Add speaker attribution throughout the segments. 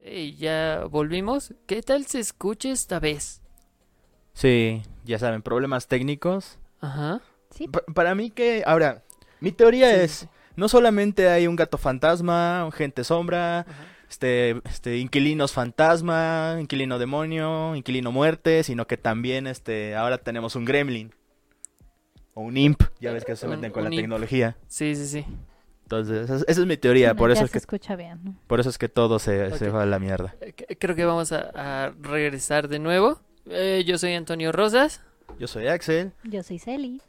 Speaker 1: Hey, ya volvimos. ¿Qué tal se escuche esta vez?
Speaker 2: Sí, ya saben, problemas técnicos.
Speaker 1: Ajá.
Speaker 3: Sí.
Speaker 2: Pa- para mí que, ahora, mi teoría
Speaker 1: Sí,
Speaker 2: es,
Speaker 1: sí.
Speaker 2: no solamente hay un gato fantasma, gente sombra,
Speaker 1: Ajá.
Speaker 2: este, este, inquilinos fantasma, inquilino demonio, inquilino muerte, sino que también, este, ahora tenemos un gremlin. O un imp, ya ves que se
Speaker 1: Un-
Speaker 2: meten con
Speaker 1: un
Speaker 2: la
Speaker 1: imp.
Speaker 2: tecnología.
Speaker 1: Sí, sí, sí.
Speaker 2: Entonces, esa es, esa es mi teoría,
Speaker 3: Bueno,
Speaker 2: por
Speaker 3: ya
Speaker 2: eso, es
Speaker 3: se
Speaker 2: que,
Speaker 3: escucha bien. ¿no?
Speaker 2: por eso es que todo se, se
Speaker 1: Ok.
Speaker 2: va a la mierda.
Speaker 1: Eh, c- Creo que vamos a, a regresar de nuevo. Eh, yo soy Antonio Rosas
Speaker 2: Yo soy Axel.
Speaker 3: Yo soy Celi.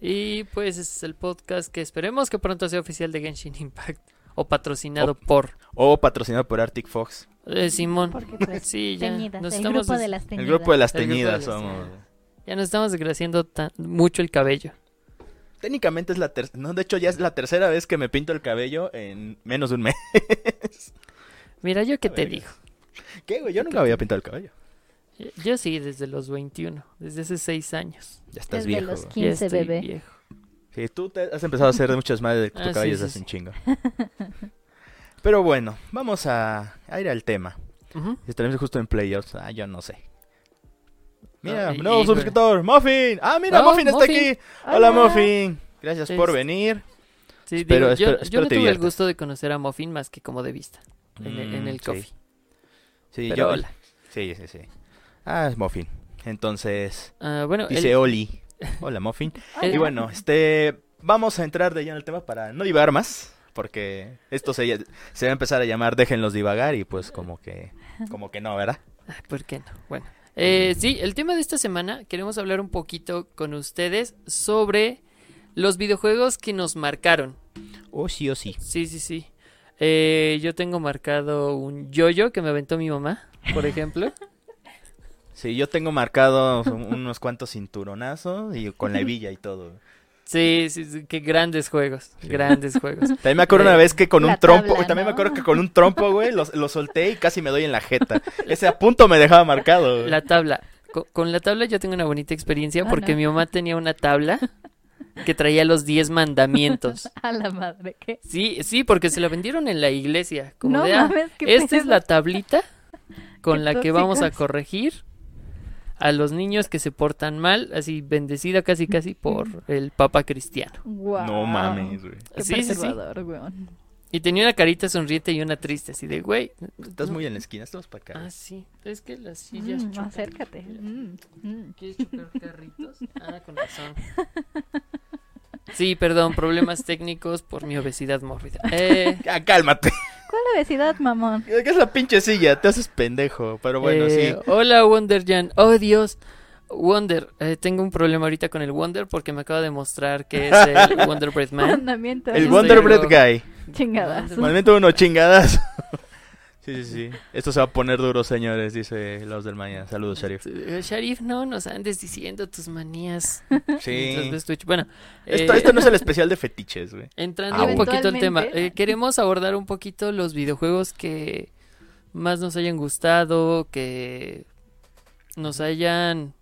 Speaker 1: y pues este es el podcast que esperemos que pronto sea oficial de Genshin Impact o patrocinado por
Speaker 2: O patrocinado por Arctic Fox.
Speaker 1: eh, Simón.
Speaker 3: Porque pues,
Speaker 1: Sí, ya
Speaker 3: teñidas,
Speaker 1: nos
Speaker 3: el
Speaker 1: estamos
Speaker 3: grupo
Speaker 1: des-
Speaker 3: de las teñidas.
Speaker 2: El grupo de las
Speaker 1: El grupo de
Speaker 2: teñidas
Speaker 1: las
Speaker 2: somos.
Speaker 1: teñidas. ya nos estamos desgraciando tan- mucho el cabello.
Speaker 2: Técnicamente es la tercera, no, de hecho ya es la tercera vez que me pinto el cabello en menos de un mes.
Speaker 1: Mira, yo qué
Speaker 2: A
Speaker 1: te
Speaker 2: ver.
Speaker 1: digo.
Speaker 2: ¿Qué, güey? Yo nunca había pintado el cabello.
Speaker 1: Yo- Yo sí, desde los 21, desde hace 6 años.
Speaker 2: Ya estás
Speaker 3: Desde
Speaker 2: viejo.
Speaker 3: los
Speaker 2: güey.
Speaker 1: Ya
Speaker 3: 15
Speaker 1: estoy
Speaker 3: bebé.
Speaker 1: viejo.
Speaker 2: Sí, tú te has empezado a hacer de muchas madres de tu
Speaker 1: Ah, sí,
Speaker 2: cabello
Speaker 1: sí,
Speaker 2: desde hace
Speaker 1: sí.
Speaker 2: un chingo. Pero bueno, vamos a, a ir al tema.
Speaker 1: Ujú.
Speaker 2: Estaremos justo en playoffs. Ah, yo no sé. Mira,
Speaker 1: Ah, y-
Speaker 2: nuevo
Speaker 1: y-
Speaker 2: suscriptor, Muffin. Ah, mira,
Speaker 1: Oh,
Speaker 2: Muffin está
Speaker 1: Muffin. Este,
Speaker 2: aquí. Hola,
Speaker 3: Hola.
Speaker 2: Muffin. Gracias por
Speaker 1: Es-
Speaker 2: venir.
Speaker 1: Sí, digo,
Speaker 2: Espero-
Speaker 1: yo,
Speaker 2: espero-
Speaker 1: yo
Speaker 2: espero
Speaker 1: no
Speaker 2: te
Speaker 1: tuve el
Speaker 2: diviertas.
Speaker 1: gusto de conocer a Muffin más que como de vista en el, en
Speaker 2: Mm,
Speaker 1: el
Speaker 2: sí.
Speaker 1: coffee.
Speaker 2: Sí,
Speaker 1: Pero
Speaker 2: yo.
Speaker 1: hola.
Speaker 2: Sí, sí, sí. Ah, es Muffin. Entonces,
Speaker 1: Ah, bueno,
Speaker 2: dice
Speaker 1: él-
Speaker 2: Oli. Hola, Muffin.
Speaker 1: El-
Speaker 2: Y bueno, este, vamos a entrar de ya en el tema para no divagar más, porque esto se, se va a empezar a llamar Déjenlos divagar y pues como que, como que no, ¿verdad?
Speaker 1: ay, Ah, ¿por qué no? Bueno, eh, sí, el tema de esta semana queremos hablar un poquito con ustedes sobre los videojuegos que nos marcaron.
Speaker 2: Oh, sí, o sí.
Speaker 1: Sí, sí, sí. Eh, yo tengo marcado un yoyo que me aventó mi mamá, por ejemplo.
Speaker 2: Sí, yo tengo marcado un- unos cuantos cinturonazos y con la hebilla y todo.
Speaker 1: Sí, sí, sí, qué grandes juegos, grandes juegos.
Speaker 2: También me acuerdo una vez que con
Speaker 3: La
Speaker 2: un trompo,
Speaker 3: tabla,
Speaker 2: también me
Speaker 3: ¿no?
Speaker 2: acuerdo que con un trompo, güey, lo, lo solté y casi me doy en la jeta. Ese a punto me dejaba marcado. güey.
Speaker 1: La tabla. Co- Con, la tabla yo tengo una bonita experiencia
Speaker 3: Ah,
Speaker 1: porque
Speaker 3: no.
Speaker 1: mi mamá tenía una tabla que traía los 10 mandamientos.
Speaker 3: A la madre, ¿qué?
Speaker 1: Sí, sí, porque se la vendieron en la iglesia. Como
Speaker 3: no
Speaker 1: de, ah,
Speaker 3: mames, qué
Speaker 1: esta es
Speaker 3: pedo.
Speaker 1: la tablita con
Speaker 3: Qué
Speaker 1: la que vamos a
Speaker 3: tóxicos.
Speaker 1: corregir a los niños que se portan mal, así bendecida casi casi por el Papa Cristiano.
Speaker 3: Guau.
Speaker 2: No mames, güey.
Speaker 3: Qué
Speaker 1: Sí, sí, sí.
Speaker 3: perturbador, weón.
Speaker 1: Y tenía una carita sonriente y una triste, así de, güey.
Speaker 2: Estás
Speaker 1: no-
Speaker 2: muy en la esquina, estamos para acá.
Speaker 1: Ah, sí. Es que las sillas.
Speaker 3: Mm,
Speaker 1: chocan.
Speaker 3: acércate. Mm, mm.
Speaker 1: ¿Quieres chocar carritos? Ah, con razón. Sí, perdón, problemas técnicos por mi obesidad mórbida. Eh,
Speaker 2: Ah, cálmate.
Speaker 3: ¿Cuál obesidad, mamón?
Speaker 2: ¿Qué es la pinche silla? Te haces pendejo. Pero bueno,
Speaker 1: eh,
Speaker 2: sí.
Speaker 1: Hola, Wonderjan. Oh, Dios. Wonder, eh, tengo un problema ahorita con el Wonder porque me acaba de mostrar que es el Wonder Bread Man.
Speaker 3: Mandamiento.
Speaker 2: El
Speaker 1: Entonces,
Speaker 2: Wonder
Speaker 1: pero-
Speaker 2: Bread Guy.
Speaker 3: Chingadas.
Speaker 1: Mal-
Speaker 2: Malmente uno chingadas. Sí, sí, sí. Esto se va a poner duro, señores, dice los del mañana. Saludos, Sheriff.
Speaker 1: Eh, Sharif, no nos andes diciendo tus manías. mientras
Speaker 2: Sí.
Speaker 1: ves Twitch. Bueno,
Speaker 2: Esto,
Speaker 1: eh,
Speaker 2: esto no es el especial de fetiches, güey.
Speaker 1: Entrando
Speaker 2: Ah,
Speaker 1: un
Speaker 2: bueno.
Speaker 1: poquito al tema,
Speaker 3: Eventualmente.
Speaker 1: eh, queremos abordar un poquito los videojuegos que más nos hayan gustado, que nos hayan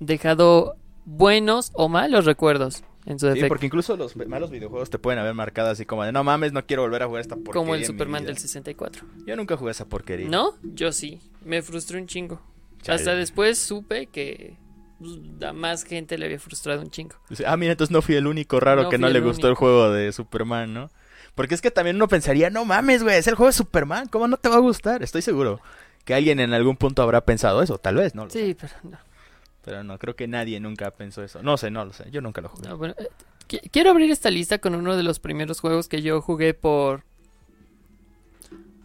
Speaker 1: dejado buenos o malos recuerdos en su
Speaker 2: Sí,
Speaker 1: defecto.
Speaker 2: porque incluso los malos videojuegos te pueden haber marcado así como de no mames, no quiero volver a jugar esta porquería.
Speaker 1: como el
Speaker 2: en mi
Speaker 1: Superman
Speaker 2: vida".
Speaker 1: del 64.
Speaker 2: Yo nunca jugué esa porquería.
Speaker 1: ¿No? Yo sí. Me frustré un chingo.
Speaker 2: Chale.
Speaker 1: Hasta después supe que pues, a más gente le había frustrado un chingo.
Speaker 2: Dice, Ah, mira, entonces no fui el único raro
Speaker 1: No
Speaker 2: que
Speaker 1: fui
Speaker 2: no
Speaker 1: el
Speaker 2: le gustó el
Speaker 1: único.
Speaker 2: juego de Superman, ¿no? Porque es que también uno pensaría, no mames, güey, es el juego de Superman, ¿cómo no te va a gustar? Estoy seguro que alguien en algún punto habrá pensado eso, tal vez, no lo sé.
Speaker 1: Sí, pero no.
Speaker 2: Pero no, creo que nadie nunca pensó eso. No sé, no lo sé, yo nunca lo jugué.
Speaker 1: No, bueno, eh, qui- quiero abrir esta lista con uno de los primeros juegos que yo jugué por...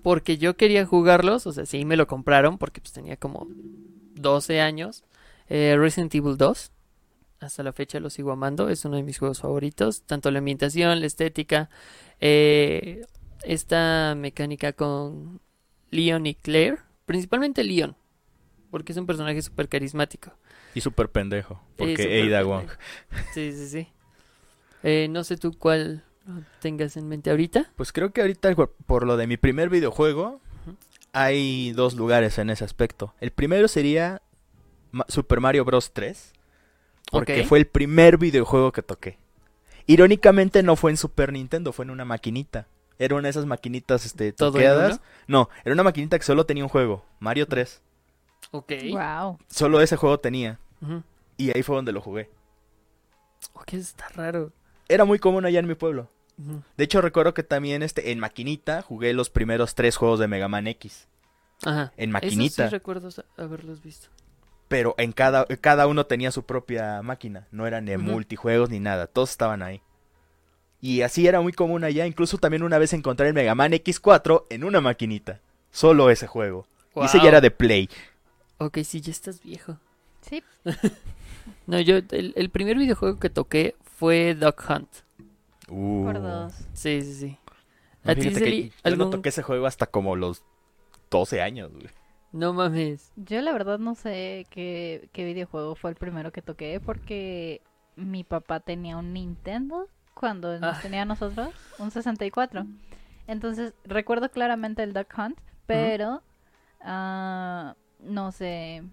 Speaker 1: Porque yo quería jugarlos, o sea, sí me lo compraron porque pues tenía como 12 años. Eh, Resident Evil 2. Hasta la fecha lo sigo amando, es uno de mis juegos favoritos. Tanto la ambientación, la estética, eh, esta mecánica con Leon y Claire. Principalmente Leon, porque es un personaje súper carismático.
Speaker 2: Y súper pendejo, porque
Speaker 1: Sí, súper
Speaker 2: Ada
Speaker 1: pendejo.
Speaker 2: Wong.
Speaker 1: Sí, sí, sí. Eh, no sé tú cuál tengas en mente ahorita.
Speaker 2: Pues creo que ahorita, por- por lo de mi primer videojuego,
Speaker 1: Ujú.
Speaker 2: hay dos lugares en ese aspecto. El primero sería Ma- Super Mario Bros. 3, porque
Speaker 1: Ok.
Speaker 2: fue el primer videojuego que toqué. Irónicamente no fue en Super Nintendo, fue en una maquinita. Era una de esas maquinitas este,
Speaker 1: ¿Todo en
Speaker 2: toqueadas. No, era una maquinita que solo tenía un juego, Mario 3.
Speaker 1: Ok.
Speaker 3: Wow.
Speaker 2: Solo ese juego tenía.
Speaker 1: Ujú.
Speaker 2: Y ahí fue donde lo jugué.
Speaker 1: Ok, eso está raro.
Speaker 2: Era muy común allá en mi pueblo.
Speaker 1: Ujú.
Speaker 2: De hecho, recuerdo que también este, en maquinita jugué los primeros tres juegos de Mega Man X.
Speaker 1: Ajá.
Speaker 2: En
Speaker 1: Esos
Speaker 2: maquinita.
Speaker 1: sí recuerdo sa- haberlos visto.
Speaker 2: Pero en cada, cada uno tenía su propia máquina. No eran de
Speaker 1: Ujú.
Speaker 2: multijuegos ni nada. Todos estaban ahí. Y así era muy común allá. Incluso también una vez encontré el Mega Man X4 en una maquinita. Solo ese juego. Y ese
Speaker 1: Guau.
Speaker 2: ya era de Play.
Speaker 1: Ok, sí, ya estás viejo.
Speaker 3: Sí.
Speaker 1: No, yo, el, el primer videojuego que toqué fue Duck Hunt.
Speaker 2: Uh.
Speaker 3: Por dos.
Speaker 1: Sí, sí, sí.
Speaker 2: No,
Speaker 1: ¿A ti,
Speaker 2: fíjate que
Speaker 1: Celi,
Speaker 2: yo no
Speaker 1: algún-
Speaker 2: toqué ese juego hasta como los 12 años, güey.
Speaker 1: No mames.
Speaker 3: Yo la verdad no sé qué, qué videojuego fue el primero que toqué porque mi papá tenía un Nintendo cuando nos
Speaker 1: Ah. Mm.
Speaker 3: tenía a nosotros, un 64. Entonces recuerdo claramente el Duck Hunt, pero ah, no sé,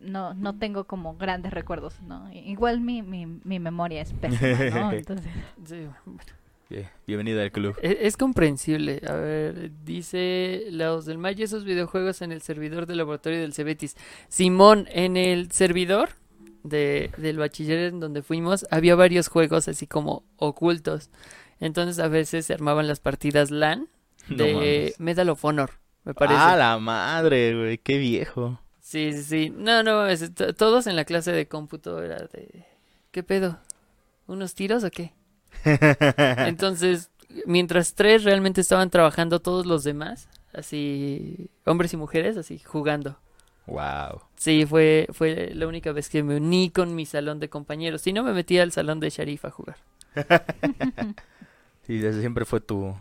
Speaker 3: no,
Speaker 1: Mm.
Speaker 3: no tengo como grandes recuerdos, ¿no? I- Igual mi, mi, mi memoria es pésima, ¿no? Entonces,
Speaker 1: Sí,
Speaker 2: Bien- Bienvenido al club.
Speaker 1: E-, Es, es comprensible. A ver, dice Laos del May, esos videojuegos en el servidor del laboratorio del Cebetis. Simón, en el servidor de, del bachiller en donde fuimos, había varios juegos así como ocultos. Entonces a veces se armaban las partidas LAN
Speaker 2: No
Speaker 1: de
Speaker 2: mames.
Speaker 1: Medal of Honor, me parece.
Speaker 2: Ah, la madre, güey. Qué viejo.
Speaker 1: Sí, sí, sí. No, no mames, t- Todos en la clase de cómputo era de. ¿Qué pedo? ¿Unos tiros o qué? Entonces, mientras tres realmente estaban trabajando, todos los demás, así, hombres y mujeres, así, jugando.
Speaker 2: Wow.
Speaker 1: Sí, fue, fue la única vez que me uní con mi salón de compañeros. Si no, me metía al salón de Sharif a jugar.
Speaker 2: Y desde siempre fue tu,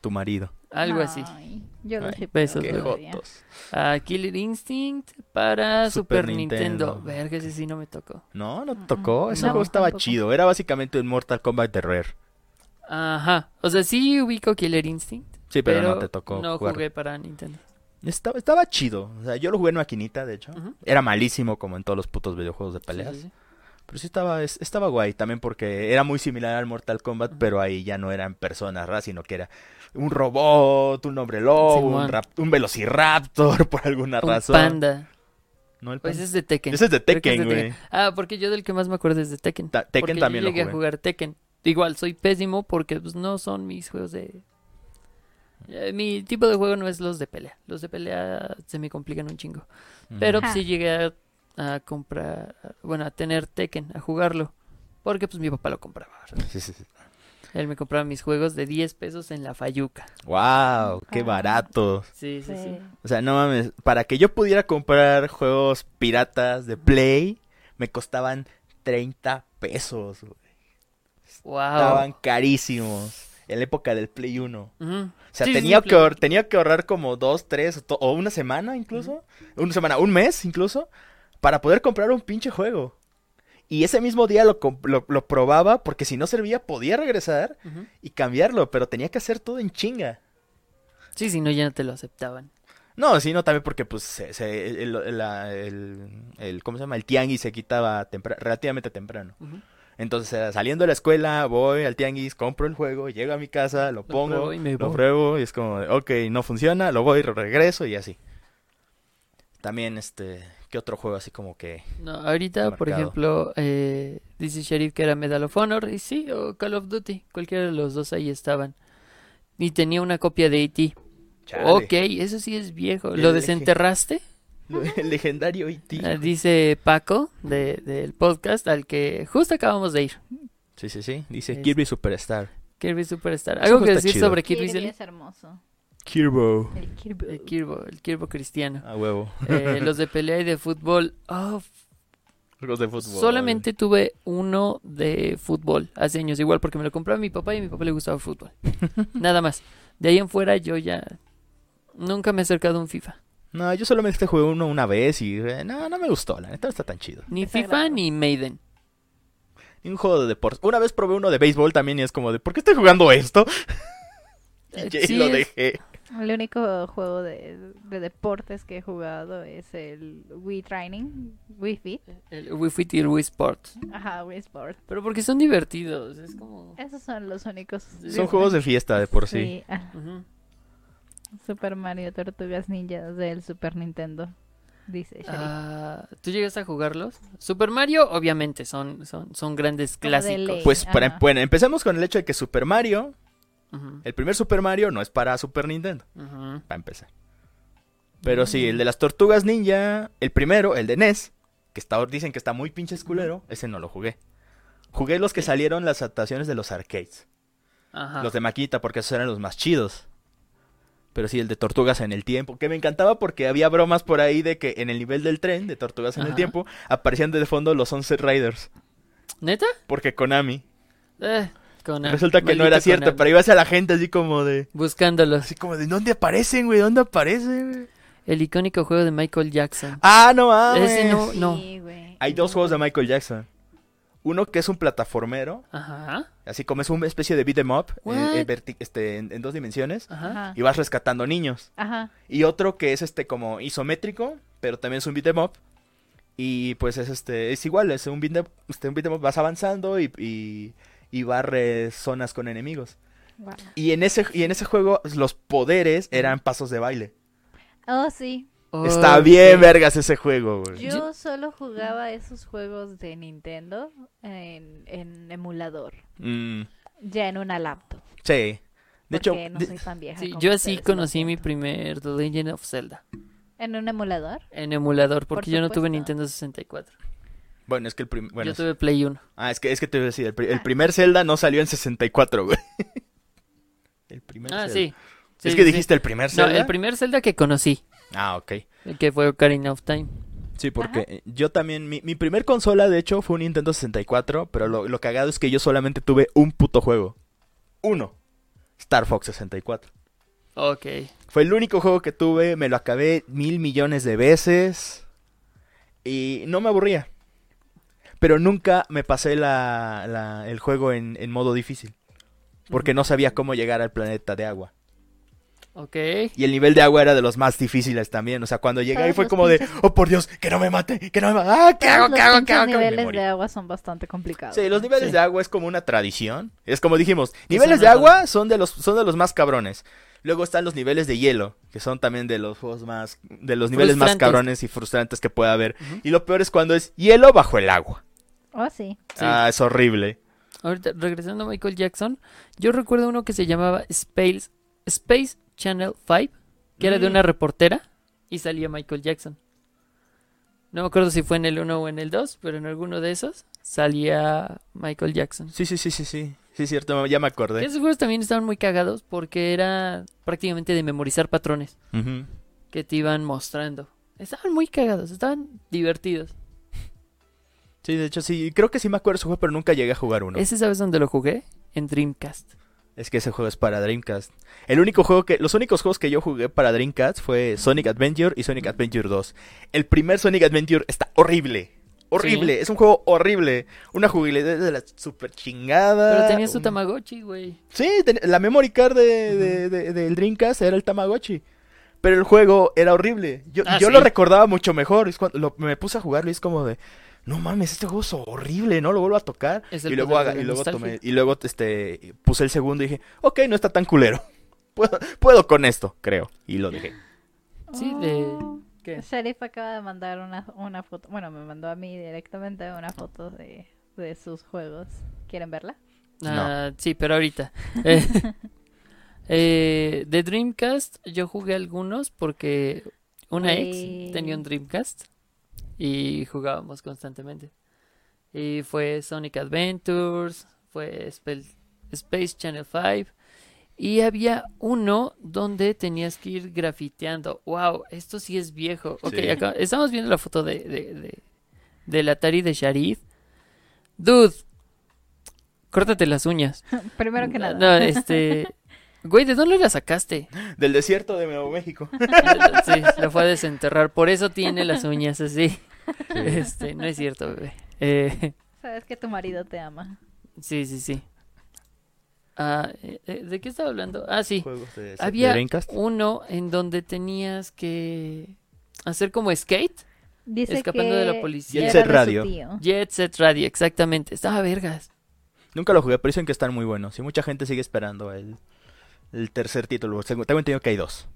Speaker 2: tu marido.
Speaker 1: Algo así.
Speaker 3: ay, Yo lo
Speaker 2: Ay,
Speaker 3: sé.
Speaker 1: besos,
Speaker 2: Qué
Speaker 1: Los
Speaker 2: jotos.
Speaker 1: Ah, Killer Instinct para
Speaker 2: Super
Speaker 1: Super, Nintendo.
Speaker 2: Nintendo.
Speaker 1: Verga, ese sí no me tocó.
Speaker 2: No, no te tocó. Ese
Speaker 1: No,
Speaker 2: juego estaba
Speaker 3: tampoco.
Speaker 2: chido. Era básicamente un Mortal Kombat de Rare.
Speaker 1: Ajá. O sea, sí ubico Killer Instinct.
Speaker 2: Sí, pero, no te tocó.
Speaker 1: No
Speaker 2: jugar.
Speaker 1: jugué para Nintendo.
Speaker 2: Estaba, estaba chido. O sea, yo lo jugué en maquinita, de hecho.
Speaker 1: Ujú.
Speaker 2: Era malísimo como en todos los putos videojuegos de
Speaker 1: Sí, sí,
Speaker 2: peleas.
Speaker 1: sí.
Speaker 2: Pero sí estaba, es- estaba guay también porque era muy similar al Mortal Kombat,
Speaker 1: Ujú.
Speaker 2: pero ahí ya no eran personas, ¿ra? sino que era un robot, un hombre lobo, un,
Speaker 1: Simón.
Speaker 2: rap- un velociraptor por alguna
Speaker 1: Un
Speaker 2: razón.
Speaker 1: panda.
Speaker 2: No, el
Speaker 1: Pues
Speaker 2: panda.
Speaker 1: es de Tekken.
Speaker 2: Ese es de
Speaker 1: Creo que
Speaker 2: Tekken, güey.
Speaker 1: Ah, porque yo del que más me acuerdo es de Tekken.
Speaker 2: Ta- Tekken
Speaker 1: porque yo
Speaker 2: también lo
Speaker 1: llegué
Speaker 2: jugué.
Speaker 1: a jugar Tekken. Igual, soy pésimo porque pues, no son mis juegos de... Eh, Mi tipo de juego no es los de pelea. Los de pelea se me complican un chingo. Pero pues,
Speaker 3: Ajá.
Speaker 1: sí llegué a, a comprar, bueno, a tener Tekken, a jugarlo. Porque pues mi papá lo compraba. ¿verdad?
Speaker 2: Sí, sí, sí.
Speaker 1: Él me compraba mis juegos de 10 pesos en la Fayuca.
Speaker 2: ¡Wow! ¡Qué
Speaker 3: Ah.
Speaker 2: barato!
Speaker 1: Sí, sí, sí.
Speaker 2: O sea, no mames, para que yo pudiera comprar juegos piratas de Play, me costaban 30 pesos. güey.
Speaker 1: Wow.
Speaker 2: Estaban
Speaker 1: oh.
Speaker 2: carísimos. En la época del Play 1.
Speaker 1: Ujú.
Speaker 2: O sea,
Speaker 1: Sí, sí,
Speaker 2: tenía,
Speaker 1: sí,
Speaker 2: que ahor- tenía que ahorrar como dos, tres o to- o una semana incluso. Una semana, un mes incluso. Para poder comprar un pinche juego. Y ese mismo día lo, comp- lo, lo probaba porque si no servía podía regresar
Speaker 1: Ujú.
Speaker 2: y cambiarlo. Pero tenía que hacer todo en chinga.
Speaker 1: Sí, si no ya no te lo aceptaban.
Speaker 2: No, sí, no, también porque pues se- se- el, la- el- el- ¿cómo se llama? El tianguis se quitaba tempra- relativamente temprano.
Speaker 1: Ujú.
Speaker 2: Entonces, era saliendo de la escuela, voy al tianguis, compro el juego, llego a mi casa, lo pongo,
Speaker 1: pruebo y me
Speaker 2: lo
Speaker 1: voy.
Speaker 2: pruebo y es como, de, ok, no funciona, lo voy, regreso y así. También, este, ¿qué otro juego así como que?
Speaker 1: No, ahorita, por
Speaker 2: Marcado.
Speaker 1: ejemplo, eh, dice Sheriff que era Medal of Honor, y sí, o Call of Duty, cualquiera de los dos ahí estaban. Y tenía una copia de E.T.
Speaker 2: Chale,
Speaker 1: Ok, eso sí es viejo.
Speaker 2: El
Speaker 1: ¿Lo
Speaker 2: eje.
Speaker 1: desenterraste?
Speaker 2: lo- El legendario E E.T.
Speaker 1: Ah, Dice Paco de- del podcast al que justo acabamos de ir.
Speaker 2: Sí, sí, sí, dice
Speaker 1: Es-
Speaker 2: Kirby Superstar.
Speaker 1: Kirby Superstar.
Speaker 2: Ese
Speaker 1: ¿Algo
Speaker 2: juego
Speaker 1: que
Speaker 2: está
Speaker 1: decir
Speaker 2: chido.
Speaker 1: sobre Kirby?
Speaker 3: Kirby
Speaker 1: Celi?
Speaker 3: es hermoso.
Speaker 2: Kirby.
Speaker 3: El Kirby.
Speaker 1: El Kirbo, el Kirbo cristiano.
Speaker 2: A huevo.
Speaker 1: Eh, los de pelea y de fútbol. Oh,
Speaker 2: Juegos de fútbol.
Speaker 1: Solamente tuve uno de fútbol hace años, igual porque me lo compraba mi papá y a mi papá le gustaba el fútbol. Nada más. De ahí en fuera yo ya nunca me he acercado a un FIFA.
Speaker 2: No, yo solamente jugué uno una vez y eh, no, no me gustó, la neta no está tan chido.
Speaker 1: Ni
Speaker 3: Es
Speaker 1: FIFA
Speaker 3: sagrado.
Speaker 1: ni Maiden.
Speaker 2: Y Un juego de deportes. Una vez probé uno de béisbol también y es como de, ¿por qué estoy jugando esto? Y
Speaker 1: Eh,
Speaker 2: ya- y
Speaker 1: sí
Speaker 2: lo
Speaker 1: es-
Speaker 2: dejé.
Speaker 3: El único juego de, de deportes que he jugado es el Wii Training, Wii Fit.
Speaker 1: El Wii Fit y el Wii Sports.
Speaker 3: Ajá, Wii Sport.
Speaker 1: Pero porque son divertidos, es como...
Speaker 3: Esos son los únicos.
Speaker 2: Son juegos de fiesta de por sí.
Speaker 3: Sí, ah,
Speaker 1: Ujú.
Speaker 3: Super Mario Tortugas Ninja del Super Nintendo. Dice Sharif.
Speaker 1: Ah, ¿Tú llegas a jugarlos? Super Mario, obviamente, son, son, son grandes
Speaker 3: Como de
Speaker 1: clásicos.
Speaker 3: ley.
Speaker 2: Pues para,
Speaker 3: Ajá.
Speaker 2: bueno, empecemos con el hecho de que Super Mario,
Speaker 1: Ujú,
Speaker 2: el primer Super Mario no es para Super Nintendo,
Speaker 1: ujú.
Speaker 2: para empezar. Pero sí, el de las tortugas ninja, el primero, el de NES, que está, dicen que está muy pinches culero, ese no lo jugué. Jugué los que salieron las adaptaciones de los arcades,
Speaker 1: Ajá.
Speaker 2: los de Maquita, porque esos eran los más chidos. Pero sí, el de Tortugas en el Tiempo, que me encantaba porque había bromas por ahí de que en el nivel del tren de Tortugas en el
Speaker 1: Ajá.
Speaker 2: Tiempo aparecían de fondo los Sunset Riders,
Speaker 1: ¿Neta?
Speaker 2: porque Konami.
Speaker 1: Eh, con-
Speaker 2: Resulta que no
Speaker 1: maldito
Speaker 2: era cierto,
Speaker 1: Konami.
Speaker 2: pero ibas a la gente así como de...
Speaker 1: Buscándolos.
Speaker 2: Así como de dónde aparecen, güey, dónde aparecen. güey?
Speaker 1: El icónico juego de Michael Jackson.
Speaker 2: Ah, no mames.
Speaker 1: Ese no- no.
Speaker 3: Sí, güey.
Speaker 2: Hay dos juegos de Michael Jackson. Uno que es un plataformero,
Speaker 1: Ajá.
Speaker 2: así como es una especie de beat 'em up eh,
Speaker 1: What?
Speaker 2: eh, verti- este, en, en dos dimensiones
Speaker 1: Ajá.
Speaker 3: Ajá.
Speaker 2: y vas rescatando niños.
Speaker 3: Ajá.
Speaker 2: Y otro que es este como isométrico, pero también es un beat 'em up y pues es este es igual, es un beat 'em- este, un beat 'em up, vas avanzando y, y y barres zonas con enemigos.
Speaker 3: Wow.
Speaker 2: Y en ese y en ese juego los poderes eran pasos de baile.
Speaker 3: Oh, sí.
Speaker 2: Está
Speaker 1: Oh,
Speaker 2: bien
Speaker 1: ok.
Speaker 2: vergas ese juego, güey.
Speaker 3: Yo solo jugaba esos juegos de Nintendo en, en emulador,
Speaker 2: Mm,
Speaker 3: ya en una laptop.
Speaker 2: sí. De
Speaker 3: De
Speaker 2: hecho,
Speaker 3: no
Speaker 2: de-
Speaker 3: soy tan vieja.
Speaker 1: Sí,
Speaker 3: como
Speaker 1: yo así
Speaker 3: ustedes, lo
Speaker 1: conocí mi
Speaker 3: siento.
Speaker 1: primer The Legend of Zelda
Speaker 3: ¿En un emulador?
Speaker 1: en emulador porque yo no tuve
Speaker 3: supuesto.
Speaker 1: Nintendo 64.
Speaker 2: bueno, es que el primer.
Speaker 1: yo tuve Ah. Play 1.
Speaker 2: Ah, es que, es que te iba a decir, el, pri- el primer Zelda no salió en 64, güey. El primer
Speaker 1: Ah,
Speaker 2: Zelda.
Speaker 1: sí. Sí,
Speaker 2: es
Speaker 1: sí,
Speaker 2: que
Speaker 1: sí.
Speaker 2: dijiste el primer
Speaker 1: No,
Speaker 2: Zelda.
Speaker 1: el primer Zelda que conocí,
Speaker 2: Ah, ok.
Speaker 1: el que fue Ocarina of Time.
Speaker 2: Sí, porque eh, yo también. Mi, mi primer consola, de hecho, fue un Nintendo 64. Pero lo, lo cagado es que yo solamente tuve un puto juego. Uno. Star Fox 64.
Speaker 1: Ok.
Speaker 2: Fue el único juego que tuve. Me lo acabé mil millones de veces. Y no me aburría. Pero nunca me pasé la, la- el juego en, en modo difícil. Porque no sabía cómo llegar al planeta de agua.
Speaker 1: Ok.
Speaker 2: Y el nivel de agua era de los más difíciles también. O sea, cuando llegué ahí
Speaker 3: Todos
Speaker 2: fue
Speaker 3: los
Speaker 2: como de,
Speaker 3: pinches-
Speaker 2: oh por Dios, que no me mate, que no me mate. ¡Ah, qué hago,
Speaker 3: Todos
Speaker 2: qué
Speaker 3: los
Speaker 2: hago, qué
Speaker 3: pinches
Speaker 2: hago! qué hago?" Y me
Speaker 3: niveles
Speaker 2: morí.
Speaker 3: de agua son bastante complicados.
Speaker 2: Sí, los niveles
Speaker 1: Sí.
Speaker 2: de agua es como una tradición. Es como dijimos,
Speaker 1: Que
Speaker 2: niveles
Speaker 1: son
Speaker 2: de
Speaker 1: los-
Speaker 2: agua son de los son de los más cabrones. Luego están los niveles de hielo, que son también de los juegos más de los niveles más
Speaker 1: Frustrantes.
Speaker 2: cabrones y frustrantes que pueda haber.
Speaker 1: Ujú.
Speaker 2: Y lo peor es cuando es hielo bajo el agua.
Speaker 3: Oh, sí.
Speaker 1: Sí.
Speaker 2: Ah, es horrible.
Speaker 1: Ahorita, regresando a Michael Jackson, yo recuerdo uno que se llamaba Space, Space Channel 5, que era de
Speaker 2: Mm.
Speaker 1: una reportera y salía Michael Jackson. No me acuerdo si fue en el 1 o en el 2, pero en alguno de esos salía Michael Jackson.
Speaker 2: Sí, sí, sí, sí, sí. Sí, cierto, ya me acordé.
Speaker 1: Esos juegos también estaban muy cagados porque era prácticamente de memorizar patrones
Speaker 2: Ujú.
Speaker 1: que te iban mostrando. Estaban muy cagados, estaban divertidos.
Speaker 2: Sí, de hecho sí, creo que sí me acuerdo ese juego, pero nunca llegué a jugar uno.
Speaker 1: ¿Ese sabes dónde lo jugué? En Dreamcast.
Speaker 2: Es que ese juego es para Dreamcast. El único juego que, los únicos juegos que yo jugué para Dreamcast fue Sonic Adventure y Sonic Adventure 2. El primer Sonic Adventure está horrible. Horrible, es un juego horrible. Una jugabilidad de la super chingada.
Speaker 1: Pero tenías tu
Speaker 2: Ah, Un-
Speaker 1: Tamagotchi, güey.
Speaker 2: Sí, ten- la memory card de- de- de- del Dreamcast era el Tamagotchi. Pero el juego era horrible. Yo,
Speaker 1: Ah,
Speaker 2: yo
Speaker 1: sí.
Speaker 2: lo recordaba mucho mejor. Es cuando lo- me puse a jugarlo y es como de. No mames, este juego es horrible, no lo vuelvo a tocar.
Speaker 1: Es el
Speaker 2: Y luego,
Speaker 1: poder
Speaker 2: haga-
Speaker 1: de la
Speaker 2: y luego
Speaker 1: nostalgia.
Speaker 2: tomé- y luego este puse el segundo y dije, ok, no está tan culero. Puedo, puedo con esto, creo. Y lo dejé.
Speaker 1: Sí, de-
Speaker 3: Oh.
Speaker 1: ¿Qué?
Speaker 3: Sharif acaba de mandar una, una foto. Bueno, me mandó a mí directamente una foto de, de sus juegos. ¿Quieren verla?
Speaker 1: Ah, Sí, pero ahorita. Eh, eh, de Dreamcast yo jugué algunos porque una
Speaker 3: Güey.
Speaker 1: ex tenía un Dreamcast y jugábamos constantemente. Y fue Sonic Adventures, fue Spel- Space Channel 5 y había uno donde tenías que ir grafiteando. Wow, esto sí es viejo. Ok,
Speaker 2: Sí.
Speaker 1: acá- estamos viendo la foto de, de- de- del Atari de Sharif. Dude, córtate las uñas.
Speaker 3: Primero que
Speaker 1: No,
Speaker 3: nada.
Speaker 1: No, este. Güey, ¿de dónde la sacaste?
Speaker 2: Del desierto de Nuevo México.
Speaker 1: Sí, la fue a desenterrar. Por eso tiene las uñas así. Este, no es cierto, bebé. Eh,
Speaker 3: Sabes que tu marido te ama.
Speaker 1: sí, sí, sí. Ah, eh, eh, ¿De qué estaba hablando? Ah, sí.
Speaker 2: Juegos de, de
Speaker 1: Había
Speaker 2: Dreamcast.
Speaker 1: uno en donde tenías que hacer como skate,
Speaker 3: Dice
Speaker 1: escapando
Speaker 3: que
Speaker 1: de la policía.
Speaker 2: Jet
Speaker 3: era
Speaker 2: Set
Speaker 3: de su
Speaker 2: Radio.
Speaker 3: tío.
Speaker 1: Jet Set Radio, exactamente. Estaba vergas.
Speaker 2: Nunca lo jugué, pero dicen que están muy buenos. Y mucha gente sigue esperando el, el tercer título. Tengo tengo entendido que hay dos.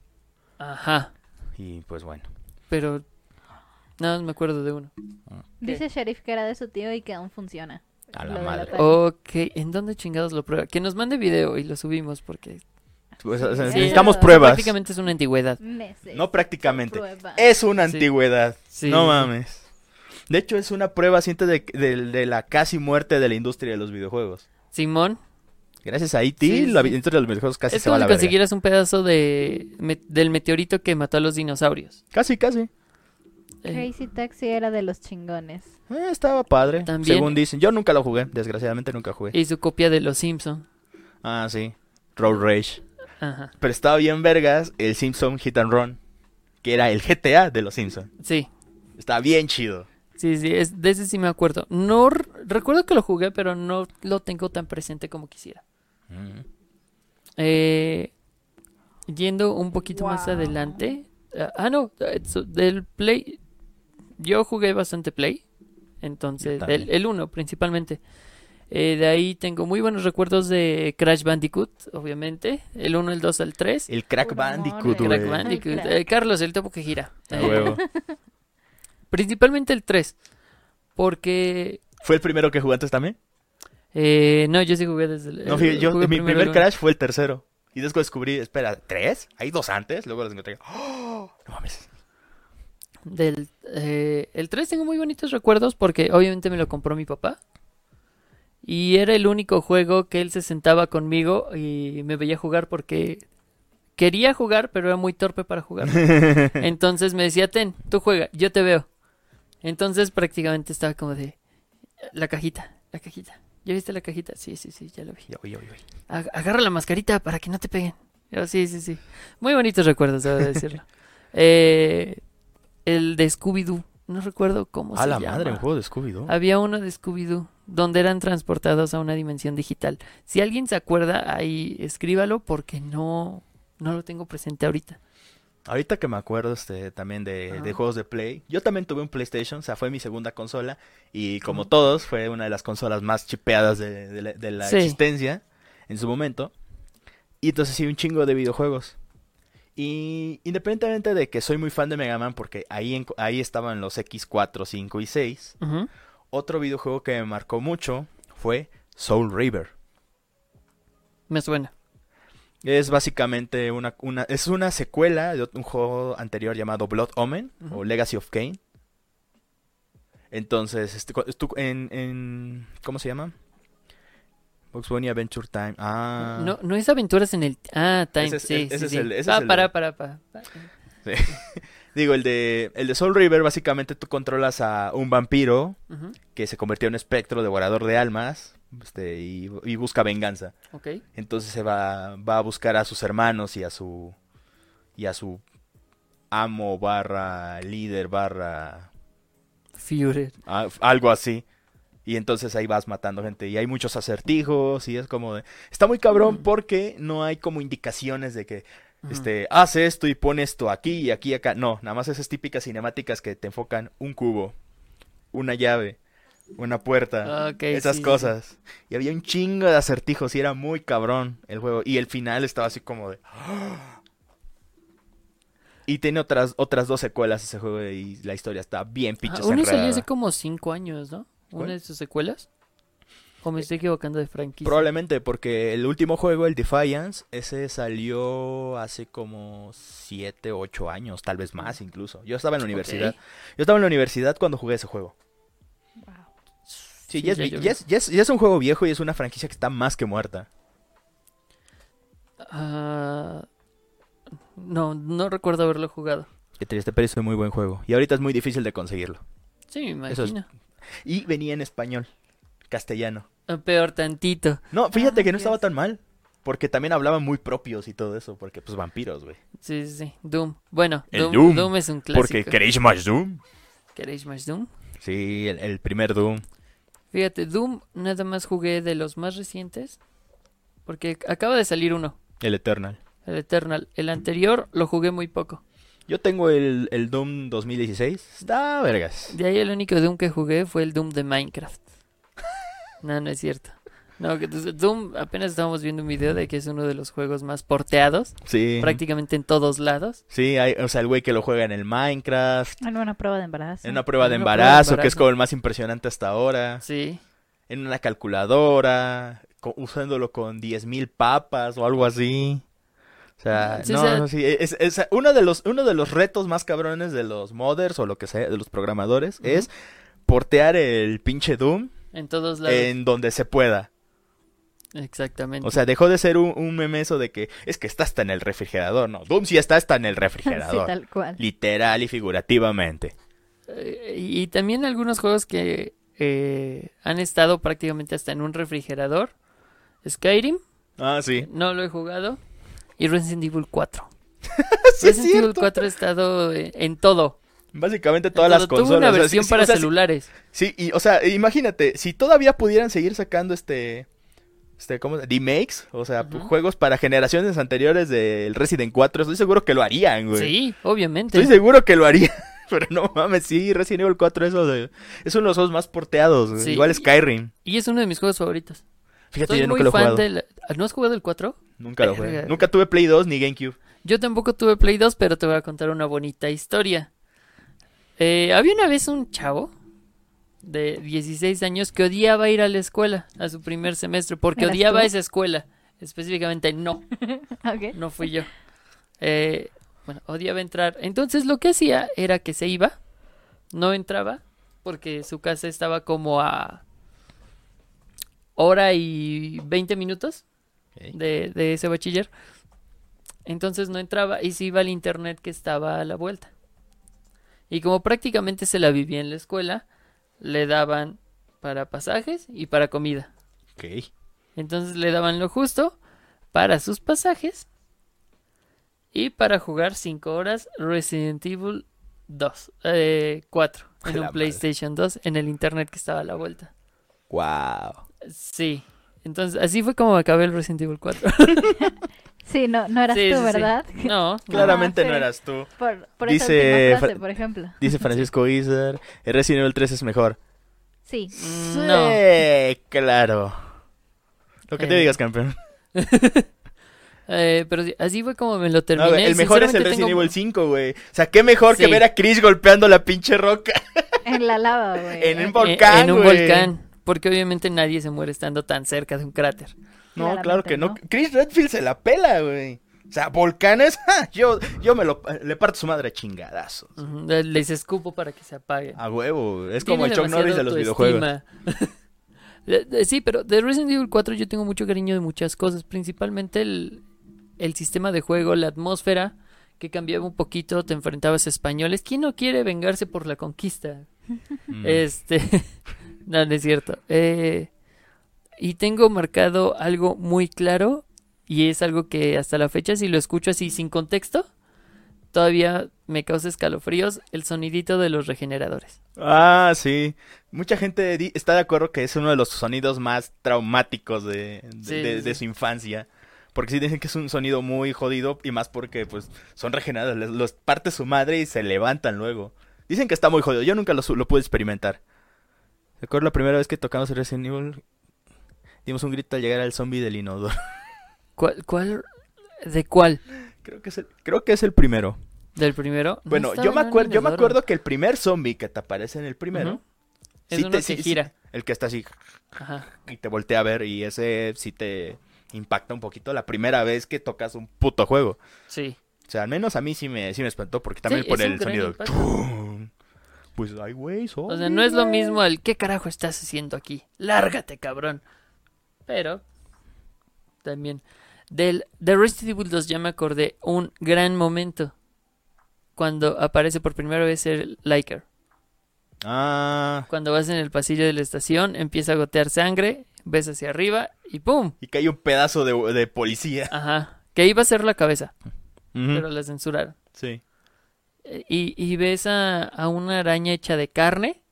Speaker 1: Ajá.
Speaker 2: Y pues bueno.
Speaker 1: Pero nada más me acuerdo de uno.
Speaker 3: Dice Sheriff que era de su tío y que aún funciona.
Speaker 2: A
Speaker 3: Lo
Speaker 2: la
Speaker 3: de la
Speaker 2: madre.
Speaker 3: Vale.
Speaker 1: Ok, ¿en dónde chingados lo prueba? Que nos mande video y lo subimos porque
Speaker 2: Pues, o sea,
Speaker 3: Sí,
Speaker 2: necesitamos
Speaker 3: sí,
Speaker 2: pruebas.
Speaker 1: prácticamente es una antigüedad.
Speaker 3: Meses.
Speaker 2: No prácticamente.
Speaker 3: Prueba.
Speaker 2: Es una
Speaker 1: Sí.
Speaker 2: antigüedad.
Speaker 1: Sí.
Speaker 2: No mames. De hecho, es una prueba ciente de, de- de la casi muerte de la industria de los videojuegos.
Speaker 1: Simón,
Speaker 2: Gracias a IT,
Speaker 1: Sí,
Speaker 2: la
Speaker 1: sí.
Speaker 2: industria de los videojuegos casi
Speaker 1: es
Speaker 2: se
Speaker 1: como
Speaker 2: va a la
Speaker 1: si
Speaker 2: verga.
Speaker 1: consiguieras un pedazo de me- del meteorito que mató a los dinosaurios.
Speaker 2: Casi, casi.
Speaker 1: Eh,
Speaker 3: Crazy Taxi era de los chingones.
Speaker 2: Eh, estaba padre.
Speaker 1: También-
Speaker 2: Según dicen. Yo nunca lo jugué. Desgraciadamente nunca jugué.
Speaker 1: y su copia de los Simpson.
Speaker 2: Ah, sí. Road Rage.
Speaker 1: Ajá.
Speaker 2: Pero estaba bien vergas el Simpson Hit and Run. Que era el GTA de los Simpsons.
Speaker 1: Sí.
Speaker 2: Está bien chido.
Speaker 1: Sí, sí, es, de ese sí me acuerdo. No r- recuerdo que lo jugué, pero no lo tengo tan presente como quisiera. Mm. Eh, yendo un poquito más
Speaker 3: Wow.
Speaker 1: adelante. ah, Ah, no, eh, so- del Play. Yo jugué bastante Play. Entonces,
Speaker 2: Yo también.
Speaker 1: el, el 1 principalmente. Eh, de ahí tengo muy buenos recuerdos de Crash Bandicoot, obviamente. El 1, el 2, el 3.
Speaker 2: El Crack
Speaker 3: Puro
Speaker 2: Bandicoot,
Speaker 3: amor,
Speaker 2: güey.
Speaker 1: Crash Bandicoot.
Speaker 3: Ay, Crash.
Speaker 1: Eh, Carlos, el topo que gira.
Speaker 2: A
Speaker 1: Eh,
Speaker 2: huevo.
Speaker 1: principalmente el 3. Porque
Speaker 2: ¿Fue el primero que jugué antes también?
Speaker 1: Eh, no, yo sí jugué desde el.
Speaker 2: No,
Speaker 1: el-
Speaker 2: fíjate, yo-
Speaker 1: Eh, jugué
Speaker 2: mi
Speaker 1: primero
Speaker 2: primer
Speaker 1: el-
Speaker 2: crash fue el tercero. Y después descubrí, espera, ¿tres? ¿Hay dos antes? Luego los encontré. ¡Oh! No mames.
Speaker 1: Del, eh, el 3 tengo muy bonitos recuerdos porque obviamente me lo compró mi papá. Y era el único juego que él se sentaba conmigo y me veía jugar porque quería jugar, pero era muy torpe para jugar. Entonces me decía, ten, tú juega, yo te veo. Entonces prácticamente estaba como de, la cajita, la cajita. ¿Ya viste la cajita? Sí, sí, sí, ya la vi.
Speaker 2: Ya voy, ya voy, ya voy.
Speaker 1: Ag- Agarra la mascarita para que no te peguen. Yo, sí, sí, sí. Muy bonitos recuerdos, debo de decirlo. Eh, el de Scooby-Doo. No recuerdo cómo
Speaker 2: A
Speaker 1: se
Speaker 2: la
Speaker 1: llama.
Speaker 2: madre, un juego de Scooby-Doo.
Speaker 1: Había uno de Scooby-Doo donde eran transportados a una dimensión digital. Si alguien se acuerda, ahí escríbalo porque no, no lo tengo presente ahorita.
Speaker 2: Ahorita que me acuerdo este, también de, de
Speaker 1: Ajá.
Speaker 2: juegos de Play, yo también tuve un PlayStation, o sea, fue mi segunda consola y como todos fue una de las consolas más chipeadas de, de la, de la
Speaker 1: Sí.
Speaker 2: existencia en su momento. Y entonces sí, un chingo de videojuegos. Y independientemente de que soy muy fan de Mega Man porque ahí, en- ahí estaban los X4, 5 y 6,
Speaker 1: Ujú.
Speaker 2: otro videojuego que me marcó mucho fue Soul River.
Speaker 1: Me suena.
Speaker 2: Es básicamente una, una- es una secuela de ot- un juego anterior llamado Blood Omen
Speaker 1: Ujú.
Speaker 2: o Legacy of Kain. Entonces, este, cu- tú- en, en- ¿cómo se llama? Bugs Bunny Adventure Time. Ah,
Speaker 1: No, no es aventuras en el... Ah, Time.
Speaker 2: Ese es-
Speaker 1: sí,
Speaker 2: ese
Speaker 1: sí,
Speaker 2: es
Speaker 1: sí.
Speaker 2: el- ese
Speaker 1: Pa,
Speaker 2: es el-
Speaker 1: para, para, para,
Speaker 2: digo el de el de Soul River básicamente tú controlas a un vampiro
Speaker 1: Ujú.
Speaker 2: que se convirtió en un espectro devorador de almas, este, y, y busca venganza.
Speaker 1: Ok.
Speaker 2: Entonces se va, va a buscar a sus hermanos y a su. y a su amo barra líder barra
Speaker 1: Fury.
Speaker 2: a- Ah, algo así. Y entonces ahí vas matando gente. Y hay muchos acertijos. Y es como de. Está muy cabrón porque no hay como indicaciones de que.
Speaker 1: Ujú.
Speaker 2: Este, hace esto y pone esto aquí y aquí y acá. No, nada más esas típicas cinemáticas que te enfocan un cubo, una llave, una puerta,
Speaker 1: Ok,
Speaker 2: esas
Speaker 1: sí, sí, sí.
Speaker 2: cosas. Y había un chingo de acertijos y era muy cabrón el juego. Y el final estaba así como de. ¡Ah! Y tiene otras, otras dos secuelas ese juego y la historia está bien
Speaker 1: Ah,
Speaker 2: pinches
Speaker 1: uno salió
Speaker 2: enredada.
Speaker 1: hace como cinco años, ¿no?
Speaker 2: ¿Cuál? Eh,
Speaker 1: Una de sus secuelas. ¿O me estoy equivocando de franquicia?
Speaker 2: Probablemente porque el último juego, el Defiance, ese salió hace como 7, 8 años, tal vez más incluso. Yo estaba en la universidad.
Speaker 1: Ok.
Speaker 2: Yo estaba en la universidad cuando jugué ese juego.
Speaker 3: Wow.
Speaker 2: Sí,
Speaker 1: Sí,
Speaker 2: ya, es,
Speaker 1: ya
Speaker 2: vi-
Speaker 1: llovió.
Speaker 2: ya es- ya es- ya es un juego viejo y es una franquicia que está más que muerta.
Speaker 1: Ah, no, no recuerdo haberlo jugado.
Speaker 2: Qué triste, pero es un muy buen juego. Y ahorita es muy difícil de conseguirlo.
Speaker 1: Sí, me
Speaker 2: Eso es-
Speaker 1: imagino.
Speaker 2: Y venía en español, castellano.
Speaker 1: Ah, Peor tantito.
Speaker 2: No, fíjate
Speaker 3: Ah,
Speaker 2: que no estaba
Speaker 3: Dios.
Speaker 2: tan mal. Porque también hablaban muy propios y todo eso. Porque, pues, vampiros, güey.
Speaker 1: Sí, sí, sí. Doom. Bueno,
Speaker 2: El
Speaker 1: Doom,
Speaker 2: Doom,
Speaker 1: Doom es un clásico.
Speaker 2: Porque queréis más Doom.
Speaker 1: ¿Queréis más Doom?
Speaker 2: Sí, el, el primer Doom.
Speaker 1: Fíjate, Doom nada más jugué de los más recientes. Porque acaba de salir uno,
Speaker 2: El Eternal.
Speaker 1: el Eternal. El anterior lo jugué muy poco.
Speaker 2: Yo tengo el, el Doom 2016. Está vergas.
Speaker 1: De ahí el único Doom que jugué fue el Doom de Minecraft. No, no es cierto. No, que des- Doom apenas estábamos viendo un video de que es uno de los juegos más porteados,
Speaker 2: Sí.
Speaker 1: prácticamente en todos lados.
Speaker 2: Sí, hay, o sea, el güey que lo juega en el Minecraft.
Speaker 3: En una prueba de embarazo.
Speaker 2: En una prueba
Speaker 1: en
Speaker 2: de
Speaker 1: una prueba de
Speaker 2: embarazo, que es
Speaker 1: embarazo.
Speaker 2: como el más impresionante hasta ahora.
Speaker 1: Sí,
Speaker 2: En una calculadora, co- usándolo con 10.000 papas o algo así. O sea,
Speaker 1: Sí,
Speaker 2: no,
Speaker 1: o sea-
Speaker 2: no, sí, es- es- uno, de los, uno de los retos más cabrones de los modders o lo que sea, de los programadores,
Speaker 1: Ujú.
Speaker 2: es portear el pinche Doom
Speaker 1: en todos lados.
Speaker 2: en donde se pueda.
Speaker 1: Exactamente.
Speaker 2: O sea, dejó de ser un, un meme eso de que es que está hasta en el refrigerador, no. Doom sí está hasta en el
Speaker 3: Sí,
Speaker 2: refrigerador.
Speaker 3: tal cual.
Speaker 2: Literal y figurativamente.
Speaker 1: Eh, y, y también algunos juegos que eh, han estado prácticamente hasta en un refrigerador. Skyrim,
Speaker 2: Ah, sí.
Speaker 1: no lo he jugado. Y Resident Evil 4.
Speaker 2: Sí, es
Speaker 1: Resident Evil
Speaker 2: cierto.
Speaker 1: 4 ha estado eh, en todo.
Speaker 2: Básicamente todas
Speaker 1: En
Speaker 2: las
Speaker 1: todo. Tuvo
Speaker 2: consolas.
Speaker 1: una
Speaker 2: o sea, sí,
Speaker 1: versión
Speaker 2: sí,
Speaker 1: para
Speaker 2: o sea, sí,
Speaker 1: celulares.
Speaker 2: Sí, y, o sea, imagínate, si todavía pudieran seguir sacando este. Este, ¿cómo? se- Remakes, o sea,
Speaker 1: Ujú.
Speaker 2: juegos para generaciones anteriores del Resident 4. Estoy seguro que lo harían, güey.
Speaker 1: Sí, obviamente.
Speaker 2: Estoy seguro que lo harían. Pero no mames, sí, Resident Evil 4 eso de- es uno de los juegos más porteados. güey.
Speaker 1: Sí.
Speaker 2: Igual Skyrim.
Speaker 1: Y es uno de mis juegos favoritos.
Speaker 2: Fíjate,
Speaker 1: Soy
Speaker 2: yo
Speaker 1: muy
Speaker 2: nunca lo he
Speaker 1: fan
Speaker 2: jugado.
Speaker 1: del... ¿No has jugado el 4?
Speaker 2: Nunca lo jugué.
Speaker 1: Verga.
Speaker 2: Nunca tuve Play 2 ni GameCube.
Speaker 1: Yo tampoco tuve Play 2, pero te voy a contar una bonita historia. Eh, había una vez un chavo de 16 años que odiaba ir a la escuela, a su primer semestre, porque
Speaker 3: ¿Eras
Speaker 1: odiaba
Speaker 3: tú?
Speaker 1: esa escuela. Específicamente no,
Speaker 3: Ok.
Speaker 1: no fui yo. Eh, bueno, odiaba entrar. Entonces lo que hacía era que se iba, no entraba, porque su casa estaba como a hora y 20 minutos de, de ese bachiller. Entonces no entraba y se iba al internet que estaba a la vuelta. Y como prácticamente se la vivía en la escuela, le daban para pasajes y para comida.
Speaker 2: Ok.
Speaker 1: Entonces le daban lo justo para sus pasajes y para jugar 5 horas Resident Evil 2, 4 en
Speaker 2: La
Speaker 1: un
Speaker 2: madre.
Speaker 1: PlayStation 2 en el internet que estaba a la vuelta.
Speaker 2: Wow.
Speaker 1: Sí. Entonces así fue como acabé el Resident Evil 4.
Speaker 3: Sí, no, no eras
Speaker 1: Sí,
Speaker 3: tú,
Speaker 1: sí, sí.
Speaker 3: ¿verdad?
Speaker 1: No, no.
Speaker 2: Claramente
Speaker 3: sí.
Speaker 2: no eras tú.
Speaker 3: Por, por
Speaker 2: Dice
Speaker 3: esa última frase,
Speaker 2: Fra-
Speaker 3: por ejemplo.
Speaker 2: Dice Francisco Iser, "Eh, Resident Evil 3 es mejor.
Speaker 3: Sí.
Speaker 1: Mm, no.
Speaker 2: Sí, claro. Lo que te
Speaker 1: Eh,
Speaker 2: digas, campeón.
Speaker 1: Eh, pero sí, así fue como me lo
Speaker 2: No,
Speaker 1: terminé.
Speaker 2: güey, el mejor es el
Speaker 1: Sinceramente
Speaker 2: Resident
Speaker 1: tengo- e,
Speaker 2: Evil 5, güey. O sea, qué mejor que
Speaker 1: Sí.
Speaker 2: ver a Chris golpeando la pinche roca
Speaker 3: En la lava, güey.
Speaker 2: en un
Speaker 1: eh,
Speaker 2: volcán,
Speaker 1: En un
Speaker 2: güey.
Speaker 1: volcán. Porque obviamente nadie se muere estando tan cerca de un cráter.
Speaker 2: No,
Speaker 3: Claramente
Speaker 2: claro que no.
Speaker 3: no.
Speaker 2: Chris Redfield se la pela, güey. O sea, volcanes, ja, yo, yo me lo, le parto su madre a chingadazos.
Speaker 1: Ujú, le- Les escupo para que se apaguen.
Speaker 2: A huevo, güey. es
Speaker 1: Tiene
Speaker 2: como el Chuck
Speaker 1: demasiada
Speaker 2: Norris de los videojuegos.
Speaker 1: autoestima. De- de- sí, pero de Resident Evil 4 yo tengo mucho cariño de muchas cosas. Principalmente el, el sistema de juego, la atmósfera que cambiaba un poquito. Te enfrentabas a españoles. ¿Quién no quiere vengarse por la conquista?
Speaker 2: Mm.
Speaker 1: Este. no, no es cierto. Eh, y tengo marcado algo muy claro. Y es algo que hasta la fecha, si lo escucho así sin contexto, todavía me causa escalofríos el sonidito de los regeneradores.
Speaker 2: Ah, sí. Mucha gente di- está de acuerdo que es uno de los sonidos más traumáticos de, de,
Speaker 1: Sí,
Speaker 2: de-
Speaker 1: sí, sí.
Speaker 2: de su infancia. Porque sí dicen que es un sonido muy jodido y más porque pues son regenerados, les, los parte su madre y se levantan luego. Dicen que está muy jodido, yo nunca lo, su- lo pude experimentar. Recuerdo la primera vez que tocamos Resident Evil, dimos un grito al llegar al zombie del inodoro.
Speaker 1: ¿Cuál? cuál ¿De cuál?
Speaker 2: Creo que es el, creo que es el primero.
Speaker 1: ¿Del primero. No
Speaker 2: Bueno,
Speaker 1: estaba
Speaker 2: yo me,
Speaker 1: en un
Speaker 2: acuerdo, yo me
Speaker 1: inodoro.
Speaker 2: acuerdo que el primer zombie que te aparece en el primero
Speaker 1: Ujú. Es
Speaker 2: sí
Speaker 1: uno
Speaker 2: te-
Speaker 1: que
Speaker 2: sí- sí-
Speaker 1: gira.
Speaker 2: el que está así
Speaker 1: Ajá.
Speaker 2: y te voltea a ver y ese sí te impacta un poquito la primera vez que tocas un puto juego.
Speaker 1: Sí.
Speaker 2: O sea, al menos a mí sí me, sí me espantó porque también
Speaker 1: Sí,
Speaker 2: por
Speaker 1: es un
Speaker 2: el
Speaker 1: gran
Speaker 2: sonido.
Speaker 1: impacto.
Speaker 2: ¡Chum! Pues ay, güey,
Speaker 1: O sea, no es lo mismo el ¿qué carajo estás haciendo aquí? Lárgate, cabrón. Pero también del de Resident Evil 2 ya me acordé un gran momento cuando aparece por primera vez el Liker.
Speaker 2: Ah,
Speaker 1: Cuando vas en el pasillo de la estación, empieza a gotear sangre, ves hacia arriba y ¡pum!
Speaker 2: y que hay un pedazo de, de policía.
Speaker 1: Ajá. Que iba a ser la cabeza,
Speaker 2: Ujú,
Speaker 1: pero la censuraron.
Speaker 2: Sí.
Speaker 1: Eh, Y, y ves a, a una araña hecha de carne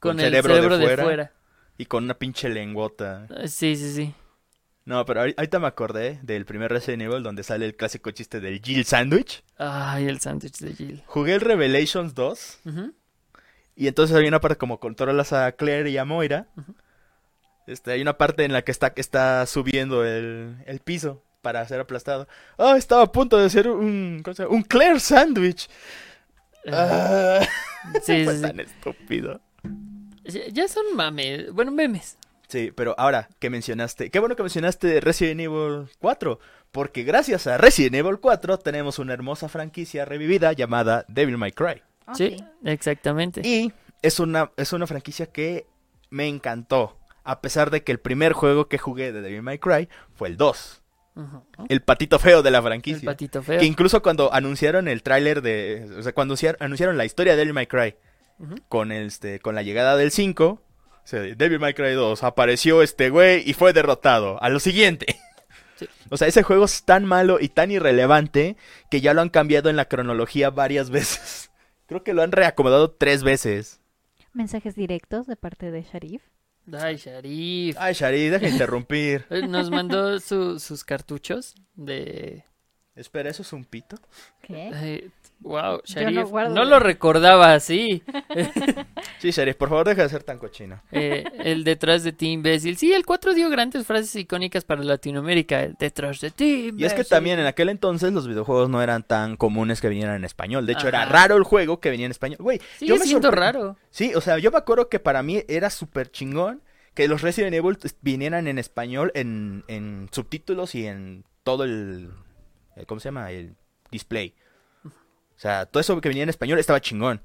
Speaker 2: Con
Speaker 1: con, el
Speaker 2: cerebro
Speaker 1: cerebro,
Speaker 2: de
Speaker 1: de
Speaker 2: fuera.
Speaker 1: fuera. Ah,
Speaker 2: Y con una pinche lengüota.
Speaker 1: Sí, sí, sí.
Speaker 2: No, pero ahori- ahorita me acordé del primer Resident Evil donde sale el clásico chiste del Jill Sandwich.
Speaker 1: Ay, el sándwich de Jill.
Speaker 2: Jugué el Revelations 2
Speaker 1: Ujú.
Speaker 2: y entonces hay una parte como controlas a Claire y a Moira.
Speaker 1: Ujú.
Speaker 2: Este, hay una parte en la que está, que está subiendo el, el piso para ser aplastado. Ah, estaba a punto de ser un, ¿cómo se llama? un Claire Sandwich. Ah,
Speaker 1: Eh, Sí,
Speaker 2: fue
Speaker 1: sí,
Speaker 2: tan estúpido.
Speaker 1: sí. Ya- Ya son mames. Bueno, memes.
Speaker 2: Sí, pero ahora que mencionaste, qué bueno que mencionaste Resident Evil 4, porque gracias a Resident Evil 4 tenemos una hermosa franquicia revivida llamada Devil May Cry.
Speaker 3: Ah,
Speaker 1: sí, exactamente.
Speaker 2: Y es una, es una franquicia que me encantó, a pesar de que el primer juego que jugué de Devil May Cry fue el 2,
Speaker 1: Ujú.
Speaker 2: el patito feo de la
Speaker 1: El
Speaker 2: franquicia.
Speaker 1: patito feo.
Speaker 2: Que incluso cuando anunciaron el tráiler de, o sea, cuando anunciar- anunciaron la historia de Devil May Cry
Speaker 1: Ujú.
Speaker 2: con este, con la llegada del 5, o sea, Devil May Cry 2 apareció este güey y fue derrotado. A lo siguiente.
Speaker 1: Sí.
Speaker 2: O sea, ese juego es tan malo y tan irrelevante que ya lo han cambiado en la cronología varias veces. Creo que lo han reacomodado tres veces.
Speaker 3: Mensajes directos de parte de Sharif.
Speaker 1: Ay, Sharif.
Speaker 2: Ay, Shari, deja de interrumpir.
Speaker 1: Eh, Nos mandó su- sus cartuchos de...
Speaker 2: Espera, ¿eso es un pito?
Speaker 3: ¿Qué?
Speaker 1: Ay, wow,
Speaker 3: ¿Eh? Yo no
Speaker 1: Sharif. No,
Speaker 3: guardo-
Speaker 1: lo recordaba así.
Speaker 2: Sí, Shari, por favor, deja de ser tan cochina.
Speaker 1: Eh, el detrás de ti, imbécil. Sí, el 4 dio grandes frases icónicas para Latinoamérica. El detrás de ti,
Speaker 2: Y es que
Speaker 1: imbécil.
Speaker 2: también en aquel entonces los videojuegos no eran tan comunes que vinieran en español. De hecho, era
Speaker 1: Ajá.
Speaker 2: raro el juego que venía en español. Güey,
Speaker 1: Sigue
Speaker 2: me
Speaker 1: siendo
Speaker 2: sorpre-
Speaker 1: raro.
Speaker 2: Sí, o sea, yo me acuerdo que para mí era súper chingón que los Resident Evil est- vinieran en español, en, en subtítulos y en todo el, el- ¿Cómo se llama? El display. O sea, todo eso que venía en español estaba chingón.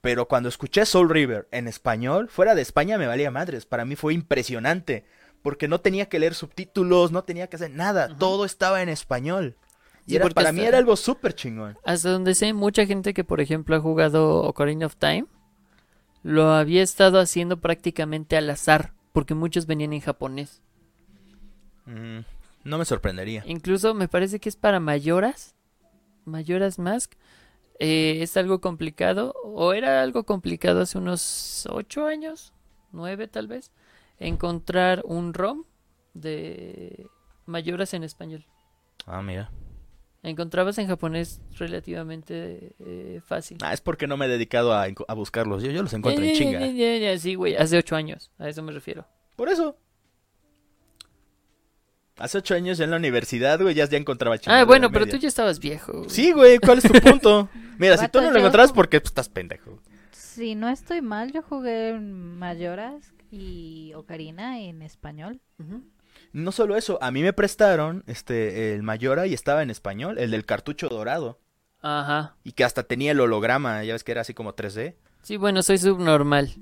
Speaker 2: Pero cuando escuché Soul River en español, fuera de España me valía madres. Para mí fue impresionante. Porque no tenía que leer subtítulos, no tenía que hacer nada. Todo estaba en español. Y
Speaker 1: Sí,
Speaker 2: era-
Speaker 1: porque
Speaker 2: para
Speaker 1: hasta-
Speaker 2: mí era algo súper chingón.
Speaker 1: Hasta donde sé, mucha gente que, por ejemplo, ha jugado Ocarina of Time, lo había estado haciendo prácticamente al azar, porque muchos venían en japonés.
Speaker 2: Mm, no me sorprendería.
Speaker 1: Incluso me parece que es para mayoras, mayoras Mask. Eh, es algo complicado, o era algo complicado hace unos 8 años, 9 tal vez, encontrar un ROM de mayoras en español.
Speaker 2: Ah, mira.
Speaker 1: Encontrabas en japonés relativamente eh, fácil.
Speaker 2: Ah, es porque no me he dedicado a, enco- a buscarlos. Yo, yo los encuentro
Speaker 1: Ya,
Speaker 2: en
Speaker 1: ya,
Speaker 2: chinga.
Speaker 1: ya, ya, ya, sí, güey, hace ocho años, a eso me refiero.
Speaker 2: Por eso. Hace ocho años ya en la universidad, güey, ya, ya encontraba chinga.
Speaker 1: ah, bueno, pero tú ya estabas viejo. güey.
Speaker 2: Sí, güey, ¿cuál es tu punto? Mira, si tú
Speaker 3: Vato,
Speaker 2: no lo
Speaker 3: yo-
Speaker 2: encontrabas, ¿por qué Pues, estás pendejo?
Speaker 3: Si no estoy mal, yo jugué en Mayoras y Ocarina en español.
Speaker 1: Ujú.
Speaker 2: No solo eso, a mí me prestaron este el Mayora y estaba en español, el del cartucho dorado.
Speaker 1: Ajá.
Speaker 2: Y que hasta tenía el holograma, ya ves que era así como 3D.
Speaker 1: Sí, bueno, soy subnormal.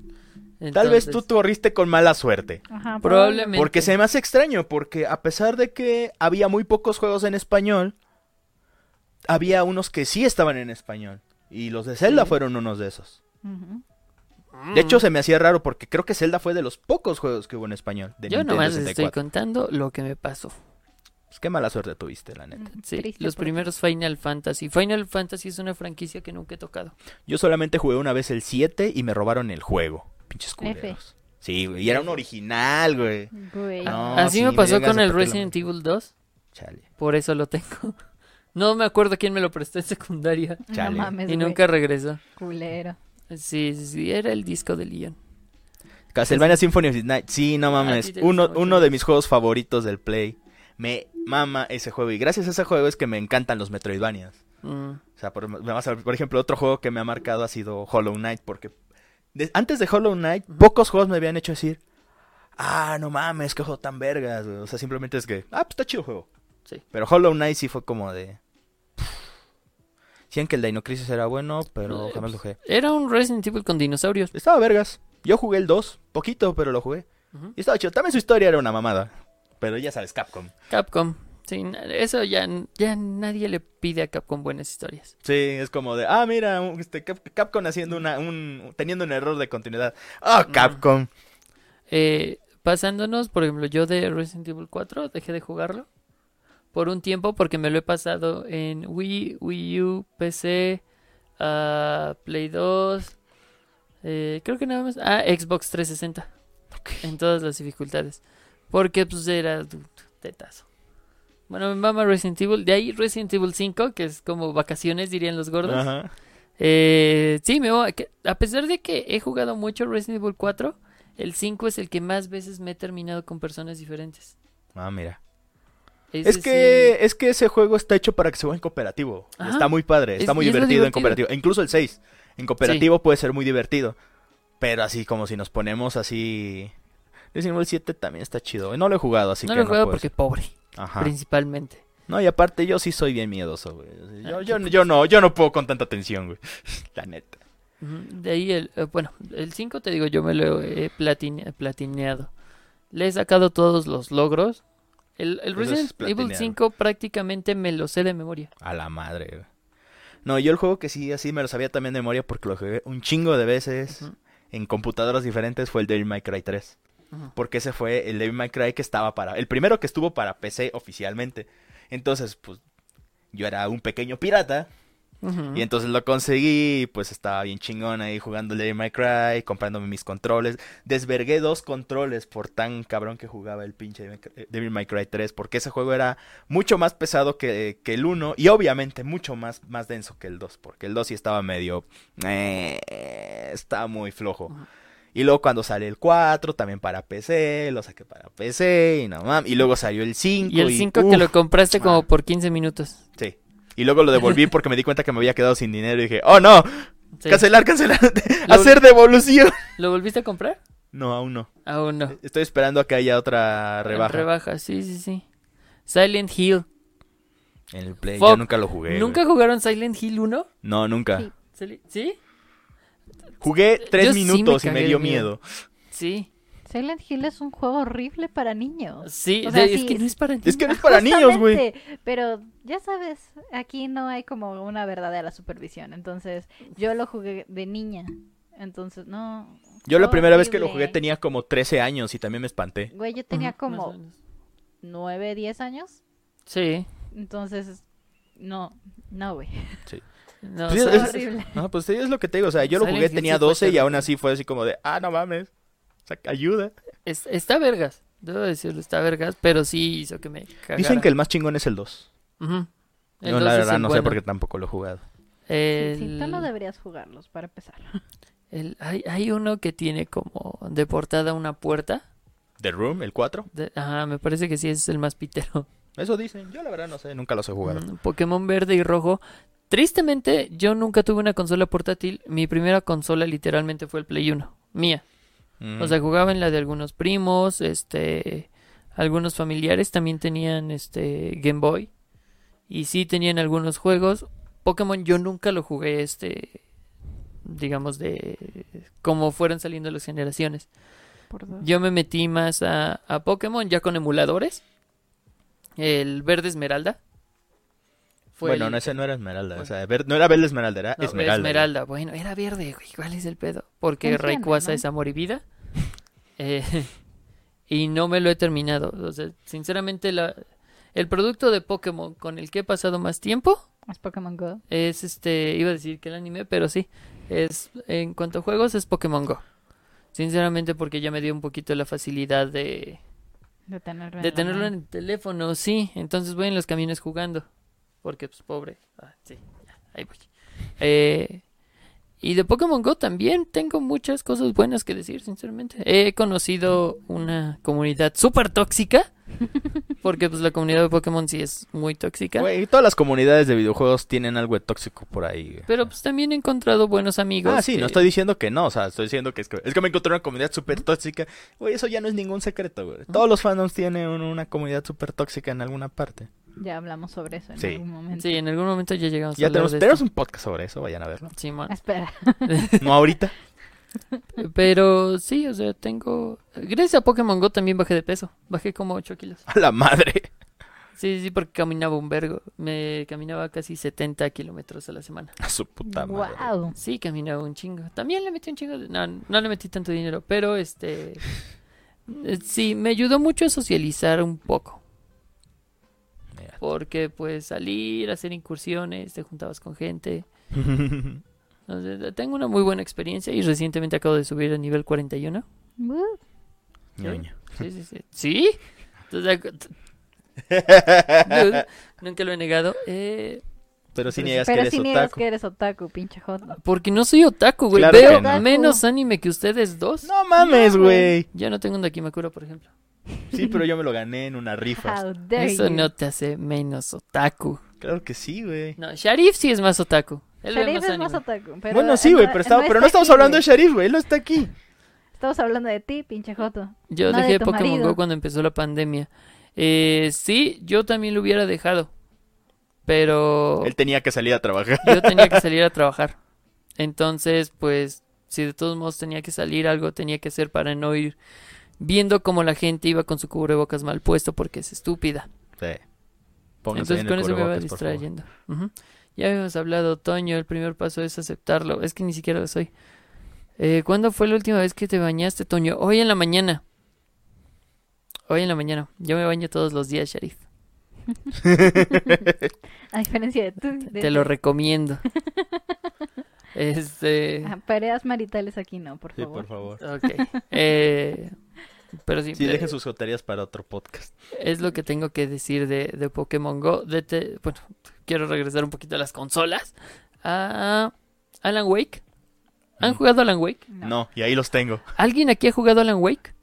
Speaker 2: Tal vez
Speaker 1: Entonces,
Speaker 2: tú corriste con mala suerte.
Speaker 3: Ajá,
Speaker 1: Probablemente.
Speaker 2: Porque se me hace extraño, porque a pesar de que había muy pocos juegos en español, había unos que sí estaban en español. Y los de Zelda
Speaker 1: Sí. Mm.
Speaker 2: fueron unos de esos.
Speaker 3: Ujú.
Speaker 2: De hecho, se me hacía raro porque creo que Zelda fue de los pocos juegos que hubo en español. De
Speaker 1: Yo
Speaker 2: Nintendo
Speaker 1: nomás les estoy
Speaker 2: 64.
Speaker 1: contando lo que me pasó.
Speaker 2: Pues qué mala suerte tuviste, la neta.
Speaker 1: Sí,
Speaker 3: Triste
Speaker 1: los
Speaker 3: por-
Speaker 1: primeros Final Fantasy. Final Fantasy es una franquicia que nunca he tocado.
Speaker 2: Yo solamente jugué una vez el 7 y me robaron el juego. Pinches
Speaker 3: F.
Speaker 2: culeros. Sí, güey. Y era un original, güey.
Speaker 3: Güey.
Speaker 2: No,
Speaker 1: Así
Speaker 2: Ah, sí,
Speaker 1: me pasó
Speaker 2: vergas,
Speaker 1: con el
Speaker 2: aparte la-
Speaker 1: Resident Evil 2,
Speaker 2: Chale.
Speaker 1: por eso lo tengo. No me acuerdo quién me lo prestó en secundaria
Speaker 3: No
Speaker 2: chale.
Speaker 3: mames,
Speaker 1: y
Speaker 3: güey.
Speaker 1: nunca regresó.
Speaker 3: Culero.
Speaker 1: Sí, sí, sí, era el disco de Leon.
Speaker 2: Castlevania Symphony of the Night. Sí, no
Speaker 1: Ah, sí
Speaker 2: mames.
Speaker 1: te
Speaker 2: Uno,
Speaker 1: gusta mucho.
Speaker 2: uno de mis juegos favoritos del Play. Me mama ese juego. Y gracias a ese juego es que me encantan los Metroidvanias.
Speaker 1: Mm.
Speaker 2: O sea, por, me vas a- por ejemplo, otro juego que me ha marcado ha sido Hollow Knight. Porque de- antes de Hollow Knight, pocos juegos me habían hecho decir. Ah, no mames, qué juego tan vergas. güey". O sea, simplemente es que. Ah, pues está chido el juego.
Speaker 1: Sí.
Speaker 2: Pero Hollow Knight sí fue como de. Decían que el Dino Crisis era bueno, pero
Speaker 1: Eh,
Speaker 2: jamás lo jugué.
Speaker 1: Era un Resident Evil con dinosaurios.
Speaker 2: Estaba vergas. Yo jugué el 2, poquito, pero lo jugué.
Speaker 1: Ujú.
Speaker 2: Y estaba chido. También su historia era una mamada. Pero ya sabes, Capcom.
Speaker 1: Capcom. Sí, na- eso ya, ya nadie le pide a Capcom buenas historias.
Speaker 2: Sí, es como de, ah, mira, un- este, Cap- Capcom haciendo una, un, teniendo un error de continuidad. Ah,
Speaker 1: Mm.
Speaker 2: Capcom.
Speaker 1: Eh, pasándonos, por ejemplo, yo de Resident Evil 4 dejé de jugarlo por un tiempo porque me lo he pasado en Wii, Wii U, PC, ah, Play 2. eh, creo que nada más. Ah, Xbox 360. En todas las dificultades. Porque pues era. tetazo. Bueno, me mama Resident Evil. De ahí Resident Evil 5, que es como vacaciones, dirían los gordos.
Speaker 2: Ajá.
Speaker 1: Eh, sí, me voy a, que- a pesar de que he jugado mucho Resident Evil 4, el 5 es el que más veces me he terminado con personas diferentes.
Speaker 2: Ah, mira.
Speaker 1: Ese
Speaker 2: Es que, es que ese juego está hecho para que se juegue en cooperativo. Y
Speaker 1: Ajá.
Speaker 2: Está muy padre,
Speaker 1: Es-
Speaker 2: está muy
Speaker 1: y es lo
Speaker 2: divertido, en
Speaker 1: divertido.
Speaker 2: cooperativo. E incluso el 6. En cooperativo puede ser muy divertido. Pero así como si nos ponemos así. Resident Evil 7 también está chido. No lo he jugado, así
Speaker 1: sí, no
Speaker 2: que
Speaker 1: lo he jugado
Speaker 2: puedo
Speaker 1: porque pobre,
Speaker 2: decir. Ajá.
Speaker 1: principalmente.
Speaker 2: No, y aparte yo sí soy bien miedoso, güey. O sea, Yo,
Speaker 1: Ah,
Speaker 2: yo,
Speaker 1: qué
Speaker 2: yo no, yo no puedo con tanta tensión, güey. La neta.
Speaker 1: Ujú, De ahí el, eh, bueno, el 5 te digo, yo me lo he platine- platineado. Le he sacado todos los logros. El, el
Speaker 2: Eso es
Speaker 1: Resident Evil
Speaker 2: platinear.
Speaker 1: 5 prácticamente me lo sé de memoria.
Speaker 2: A la madre, güey. No, yo el juego que sí, así me lo sabía también de memoria porque lo jugué un chingo de veces
Speaker 1: Ujú.
Speaker 2: en computadoras diferentes fue el Devil May Cry 3.
Speaker 1: Ujú.
Speaker 2: porque ese fue el Devil May Cry que estaba para el primero que estuvo para PC oficialmente. Entonces, pues yo era un pequeño pirata
Speaker 1: Ujú.
Speaker 2: y entonces lo conseguí, y, pues estaba bien chingón ahí jugando el Devil May Cry, comprándome mis controles, desvergué dos controles por tan cabrón que jugaba el pinche Devil May Cry- Devil May Cry 3, porque ese juego era mucho más pesado que, que el 1 y obviamente mucho más más denso que el 2, porque el 2 sí estaba medio eh, estaba muy flojo.
Speaker 1: Ujú.
Speaker 2: Y luego cuando sale el 4, también para PC, lo saqué para PC y no mames. Y luego salió el 5.
Speaker 1: Y el 5 que
Speaker 2: uf,
Speaker 1: lo compraste como
Speaker 2: man.
Speaker 1: por 15 minutos.
Speaker 2: Sí. Y luego lo devolví porque me di cuenta que me había quedado sin dinero y dije, oh no,
Speaker 1: Sí.
Speaker 2: cancelar, cancelar,
Speaker 1: Lo-
Speaker 2: hacer devolución.
Speaker 1: ¿Lo volviste a comprar?
Speaker 2: No, aún no.
Speaker 1: Aún no.
Speaker 2: Estoy esperando a que haya otra rebaja.
Speaker 1: Rebaja, sí, sí, sí. Silent Hill.
Speaker 2: En el Play,
Speaker 1: Fuck.
Speaker 2: yo nunca lo jugué.
Speaker 1: ¿Nunca
Speaker 2: güey.
Speaker 1: jugaron Silent Hill 1?
Speaker 2: No, nunca.
Speaker 3: Sí.
Speaker 1: ¿Sí? ¿Sí?
Speaker 2: Jugué tres
Speaker 1: Yo sí me
Speaker 2: minutos y
Speaker 1: cagué
Speaker 2: me
Speaker 1: de
Speaker 2: dio
Speaker 1: miedo.
Speaker 2: miedo.
Speaker 1: Sí.
Speaker 3: Silent Hill es un juego horrible para niños.
Speaker 1: Sí,
Speaker 3: O sea,
Speaker 1: de- es
Speaker 3: sí.
Speaker 1: que no es para niños.
Speaker 2: Es que no es para niños, güey.
Speaker 3: Justamente, Pero ya sabes, aquí no hay como una verdadera supervisión. Entonces, yo lo jugué de niña. Entonces, no.
Speaker 2: Yo la primera vez que lo jugué
Speaker 3: horrible.
Speaker 2: tenía como 13 años y también me espanté.
Speaker 3: Güey, yo tenía
Speaker 1: Ujú, más o
Speaker 3: como
Speaker 1: menos.
Speaker 3: 9, 10 años.
Speaker 1: Sí.
Speaker 3: Entonces, no, no, güey.
Speaker 1: No,
Speaker 2: Pues
Speaker 1: o
Speaker 2: es-
Speaker 1: sea,
Speaker 3: Fue
Speaker 2: es-
Speaker 3: horrible.
Speaker 2: No, pues sí, es lo que te digo. O sea, yo lo
Speaker 1: Silent
Speaker 2: jugué,
Speaker 1: Hill
Speaker 2: tenía
Speaker 1: sí fue
Speaker 2: 12 y aún
Speaker 1: terrible.
Speaker 2: así fue así como de, ah, no mames. O sea, ayuda.
Speaker 1: es- está vergas. Debo decirlo, está vergas, pero sí hizo que me cagara.
Speaker 2: Dicen que el más chingón es el 2.
Speaker 1: Ujú. El
Speaker 2: Yo
Speaker 1: dos
Speaker 2: la
Speaker 1: es
Speaker 2: verdad
Speaker 1: el
Speaker 2: no sé
Speaker 1: bueno.
Speaker 2: porque tampoco lo he jugado.
Speaker 1: El-
Speaker 3: Sí, tú no deberías jugarlos para empezar.
Speaker 1: el- hay, hay uno que tiene como de portada una puerta.
Speaker 2: ¿The Room, el 4?
Speaker 1: de- ajá, me parece que sí es el más pitero.
Speaker 2: Eso dicen. Yo la verdad no sé, nunca los he jugado.
Speaker 1: Mm, Pokémon verde y rojo. Tristemente, yo nunca tuve una consola portátil. Mi primera consola literalmente fue el Play 1. Mía.
Speaker 2: Mm.
Speaker 1: O sea, jugaba en la de algunos primos, este, algunos familiares también tenían este Game Boy y sí tenían algunos juegos. Pokémon yo nunca lo jugué este digamos de como fueron saliendo las generaciones.
Speaker 3: Por dos.
Speaker 1: Yo me metí más a, a Pokémon ya con emuladores. El Verde Esmeralda. Fue
Speaker 2: bueno,
Speaker 1: el-
Speaker 2: no, ese no era Esmeralda.
Speaker 1: Bueno.
Speaker 2: O sea, ver- no era Verde Esmeralda, era
Speaker 1: no,
Speaker 2: Esmeralda.
Speaker 1: Esmeralda, bueno, era verde, güey. ¿Cuál es el pedo? Porque
Speaker 3: Funciona,
Speaker 1: Rayquaza
Speaker 3: ¿no?
Speaker 1: es amor y vida. Eh, y no me lo he terminado. O sea, sinceramente, la, el producto de Pokémon con el que he pasado más tiempo
Speaker 3: Es Pokémon Go.
Speaker 1: es este. Iba a decir que el anime, pero sí. Es, en cuanto a juegos, es Pokémon Go. Sinceramente, porque ya me dio un poquito la facilidad de,
Speaker 3: De tenerlo,
Speaker 1: de
Speaker 3: la
Speaker 1: tenerlo en
Speaker 3: mano.
Speaker 1: el teléfono, sí. Entonces voy en los camiones jugando. Porque, pues, pobre. Ah, sí, ya, ahí voy. Eh, y de Pokémon Go también tengo muchas cosas buenas que decir, sinceramente. He conocido una comunidad súper tóxica. Porque, pues, la comunidad de Pokémon sí es muy tóxica.
Speaker 2: Güey, todas las comunidades de videojuegos tienen algo de tóxico por ahí. güey.
Speaker 1: Pero, pues, también he encontrado buenos amigos. eh,
Speaker 2: Ah, sí, no
Speaker 1: que-
Speaker 2: estoy diciendo que no, o sea, estoy diciendo que es que, es que me encontré una comunidad súper tóxica. Güey, eso ya no es ningún secreto, güey. Todos los fandoms tienen un- una comunidad súper tóxica en alguna parte.
Speaker 3: Ya hablamos sobre eso en
Speaker 2: Sí.
Speaker 3: algún momento.
Speaker 1: Sí, en algún momento ya llegamos a
Speaker 2: Ya
Speaker 1: hablar
Speaker 2: tenemos,
Speaker 1: de
Speaker 2: tenemos
Speaker 1: esto.
Speaker 2: un podcast sobre eso, vayan a verlo.
Speaker 1: Sí, man.
Speaker 3: Espera.
Speaker 2: No ahorita.
Speaker 1: Pero, sí, o sea, tengo... Gracias a Pokémon Go también bajé de peso. Bajé como 8 kilos.
Speaker 2: A la madre.
Speaker 1: Sí, sí, porque caminaba un vergo. Me caminaba casi 70 kilómetros a la semana.
Speaker 2: A su puta madre.
Speaker 3: Wow.
Speaker 1: Sí, caminaba un chingo. También le metí un chingo. de- No, no le metí tanto dinero, pero este. eh, Sí, me ayudó mucho a socializar un poco.
Speaker 2: Mira.
Speaker 1: Porque, pues, salir, hacer incursiones, te juntabas con gente. No sé, tengo una muy buena experiencia y recientemente acabo de subir a nivel 41.
Speaker 3: Uh,
Speaker 2: Ñoño.
Speaker 1: Sí, sí, sí. ¿Sí? Entonces, ac- t- Dude, nunca lo he negado. Eh,
Speaker 2: Pero si
Speaker 1: Pero
Speaker 2: niegas que
Speaker 3: Pero
Speaker 2: eres
Speaker 3: si niegas
Speaker 2: otaku.
Speaker 3: que eres otaku, pinche joto.
Speaker 1: porque no soy otaku, güey.
Speaker 2: Claro
Speaker 1: Veo
Speaker 2: que no.
Speaker 1: menos anime que ustedes dos.
Speaker 2: No mames,
Speaker 3: No, güey.
Speaker 2: güey.
Speaker 1: Yo no tengo un Dakimakura, por ejemplo.
Speaker 2: Sí, pero yo me lo gané en una rifa.
Speaker 3: How dare
Speaker 1: Eso
Speaker 3: you.
Speaker 1: no te hace menos otaku.
Speaker 2: Claro que sí, güey.
Speaker 1: No, Sharif sí es más otaku. Él ve
Speaker 3: Sharif
Speaker 1: más
Speaker 3: es más
Speaker 1: anime.
Speaker 3: otaku. Pero
Speaker 2: Bueno, sí, güey,
Speaker 3: él
Speaker 2: pero, está- pero no
Speaker 3: está
Speaker 2: estamos
Speaker 3: aquí,
Speaker 2: hablando de
Speaker 3: güey.
Speaker 2: Sharif, güey. Él no está aquí.
Speaker 3: Estamos hablando de ti, pinche joto.
Speaker 1: Yo
Speaker 3: No, de
Speaker 1: dejé
Speaker 3: tu
Speaker 1: Pokémon
Speaker 3: marido.
Speaker 1: Go cuando empezó la pandemia. Eh, sí, yo también lo hubiera dejado. Pero
Speaker 2: Él tenía que salir a trabajar.
Speaker 1: yo tenía que salir a trabajar. Entonces, pues, si de todos modos tenía que salir, algo tenía que hacer para no ir viendo cómo la gente iba con su cubrebocas mal puesto porque es estúpida.
Speaker 2: Sí.
Speaker 1: Entonces, con eso me va distrayendo. Ujú. Ya habíamos hablado, Toño, el primer paso es aceptarlo. Es que ni siquiera lo soy. Eh, ¿Cuándo fue la última vez que te bañaste, Toño? Hoy en la mañana. Hoy en la mañana. Yo me baño todos los días, Sharif.
Speaker 3: A diferencia de tú. de-
Speaker 1: Te lo recomiendo. este...
Speaker 3: Ajá, Pareas maritales aquí no, por
Speaker 2: Sí,
Speaker 3: favor.
Speaker 2: por favor.
Speaker 1: Ok. Eh, pero sí,
Speaker 2: Sí,
Speaker 1: eh,
Speaker 2: dejen sus joterías para otro podcast.
Speaker 1: es lo que tengo que decir de, de Pokémon Go. De te- bueno, quiero regresar un poquito a las consolas. A Alan Wake. ¿Han
Speaker 2: Mm.
Speaker 1: jugado Alan Wake?
Speaker 2: No. y ahí los tengo.
Speaker 1: ¿Alguien aquí ha jugado Alan Wake?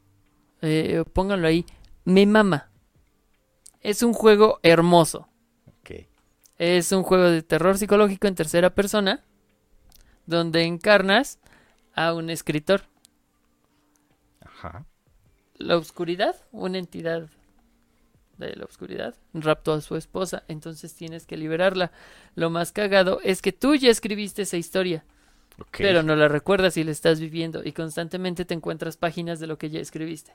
Speaker 1: Eh, pónganlo ahí. Me mama. Es un juego hermoso.
Speaker 2: Ok.
Speaker 1: Es un juego de terror psicológico en tercera persona. Donde encarnas a un escritor.
Speaker 2: Ajá.
Speaker 1: La oscuridad, una entidad de la oscuridad, raptó a su esposa. Entonces tienes que liberarla. Lo más cagado es que tú ya escribiste esa historia.
Speaker 2: Ok.
Speaker 1: Pero no la recuerdas y la estás viviendo. Y constantemente te encuentras páginas de lo que ya escribiste.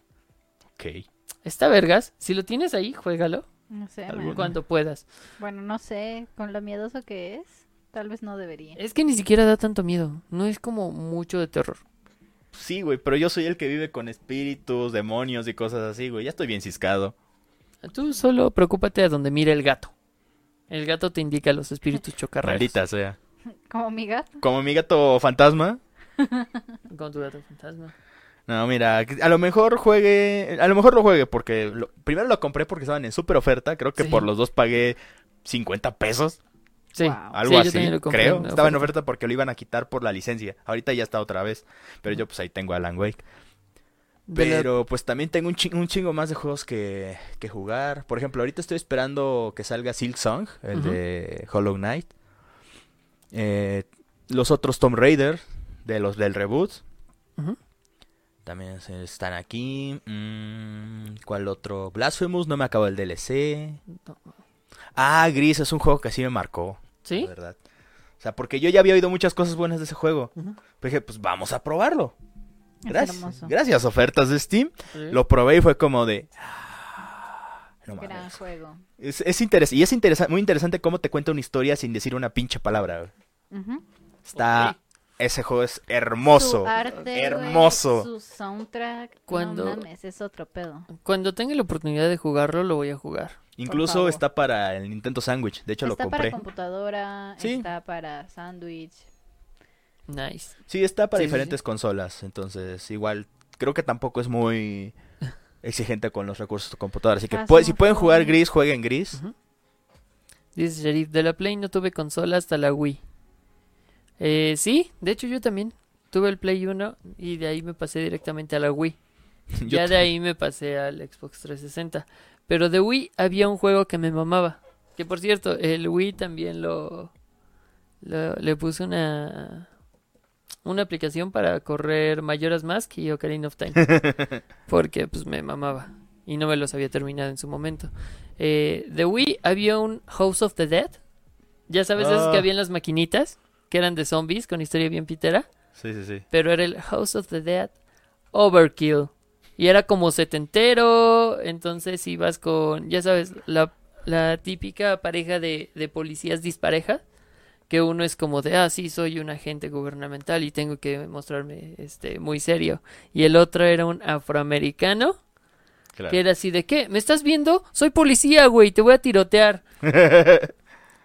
Speaker 2: Ok.
Speaker 1: Está vergas. Si lo tienes ahí, juégalo
Speaker 3: No sé,
Speaker 2: Algo-
Speaker 3: man.
Speaker 1: cuando puedas.
Speaker 3: Bueno, no sé, con lo miedoso que es, tal vez no debería.
Speaker 2: Eh.
Speaker 1: Es que ni siquiera da tanto miedo. No es como mucho de terror.
Speaker 2: Sí, güey, pero yo soy el que vive con espíritus, demonios y cosas así, güey. Ya estoy bien ciscado.
Speaker 1: Tú solo preocúpate a donde mira el gato. El gato te indica los espíritus chocarreros.
Speaker 2: Maldita sea.
Speaker 3: Como mi gato.
Speaker 2: Como mi gato fantasma.
Speaker 1: Con tu gato fantasma.
Speaker 2: No, mira, a lo mejor juegue, a lo mejor lo juegue porque lo- primero lo compré porque estaban en súper oferta, creo que
Speaker 1: Sí.
Speaker 2: por los dos pagué 50 pesos,
Speaker 1: Ah, Sí.
Speaker 3: Wow.
Speaker 2: algo
Speaker 1: yo
Speaker 2: así,
Speaker 1: también lo compré
Speaker 2: creo.
Speaker 1: en
Speaker 2: Estaba en
Speaker 1: oferta.
Speaker 2: oferta porque lo iban a quitar por la licencia. Ahorita ya está otra vez, pero yo pues ahí tengo Alan Wake.
Speaker 1: De la-
Speaker 2: Pero pues también tengo un, chi- un chingo más de juegos que, que jugar. Por ejemplo, ahorita estoy esperando que salga Silk Song, el
Speaker 1: Ujú.
Speaker 2: de Hollow Knight. Eh, los otros Tomb Raider, de los del reboot.
Speaker 1: Ujú.
Speaker 2: También se- están aquí. Mm, ¿Cuál otro? Blasphemous, no me acabo el DLC.
Speaker 1: No.
Speaker 2: Ah, Gris es un juego que sí me marcó. La
Speaker 1: ¿Sí?
Speaker 2: verdad. O sea, porque yo ya había oído muchas cosas buenas de ese juego.
Speaker 1: Ujú.
Speaker 2: Pues dije, pues vamos a probarlo.
Speaker 3: Es
Speaker 2: Gracias.
Speaker 3: hermoso.
Speaker 2: Gracias, ofertas de Steam.
Speaker 1: Sí.
Speaker 2: Lo probé y fue como de. "Ah, No
Speaker 3: Gran
Speaker 2: mames.
Speaker 3: juego.
Speaker 2: Es, es interes- y es interesa- muy interesante cómo te cuenta una historia sin decir una pinche palabra. güey.
Speaker 3: Ujú.
Speaker 2: Está.
Speaker 1: Ok.
Speaker 2: Ese juego es hermoso.
Speaker 3: Su arte, güey,
Speaker 2: Hermoso.
Speaker 3: su soundtrack.
Speaker 1: Cuando-
Speaker 3: No mames, es otro pedo.
Speaker 1: Cuando tenga la oportunidad de jugarlo, lo voy a jugar.
Speaker 2: Incluso
Speaker 3: favor.
Speaker 2: está para el Nintendo Sandwich. De hecho,
Speaker 3: está
Speaker 2: lo
Speaker 3: para
Speaker 2: compré.
Speaker 3: computadora,
Speaker 2: Sí.
Speaker 3: está para sándwich.
Speaker 1: Nice.
Speaker 2: Sí, está para
Speaker 1: Sí, sí,
Speaker 2: diferentes consolas, entonces igual creo que tampoco es muy exigente con los recursos de tu computadora, así que
Speaker 3: Ah,
Speaker 2: pues,
Speaker 3: sí,
Speaker 2: si pueden jugar
Speaker 3: sí.
Speaker 2: gris, jueguen gris.
Speaker 1: Ujú. Dice Sharif, de la Play no tuve consola hasta la Wii. Eh, sí, de hecho yo también. Tuve el Play 1 y de ahí me pasé directamente a la Wii.
Speaker 2: Yo
Speaker 1: ya
Speaker 2: t-
Speaker 1: de ahí me pasé al Xbox 360. Pero de Wii había un juego que me mamaba. Que por cierto, el Wii también lo... lo- le puse una... Una aplicación para correr Mayoras Mask y Ocarina of Time. Porque pues me mamaba. Y no me los había terminado en su momento. Eh, de Wii había un House of the Dead. Ya sabes, esos que
Speaker 2: Ah.
Speaker 1: había en las maquinitas. Que eran de zombies con historia bien pitera
Speaker 2: Sí, sí, sí.
Speaker 1: pero era el House of the Dead Overkill. Y era como setentero, entonces ibas con, ya sabes, la, la típica pareja de, de policías dispareja, que uno es como de, ah, sí, soy un agente gubernamental y tengo que mostrarme este, muy serio. Y el otro era un afroamericano,
Speaker 2: Claro.
Speaker 1: que era así de, ¿qué? ¿Me estás viendo? Soy policía, güey, te voy a tirotear.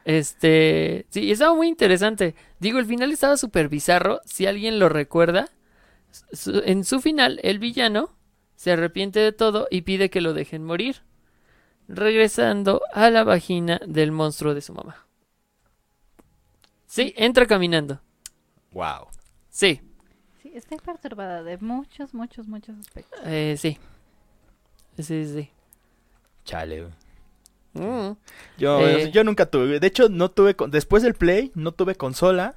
Speaker 1: Este, sí, estaba muy interesante. Digo, el final estaba súper bizarro. Si alguien lo recuerda, su- en su final, el villano se arrepiente de todo y pide que lo dejen morir. regresando a la vagina del monstruo de su mamá. Sí, entra caminando.
Speaker 2: Wow.
Speaker 1: Sí,
Speaker 3: Sí, estoy perturbada de muchos, muchos, muchos aspectos.
Speaker 1: eh, sí. Sí, sí.
Speaker 2: Chale, güey.
Speaker 1: Mm.
Speaker 2: Yo,
Speaker 1: Eh.
Speaker 2: yo nunca tuve. De hecho, no tuve. con- Después del Play, no tuve consola.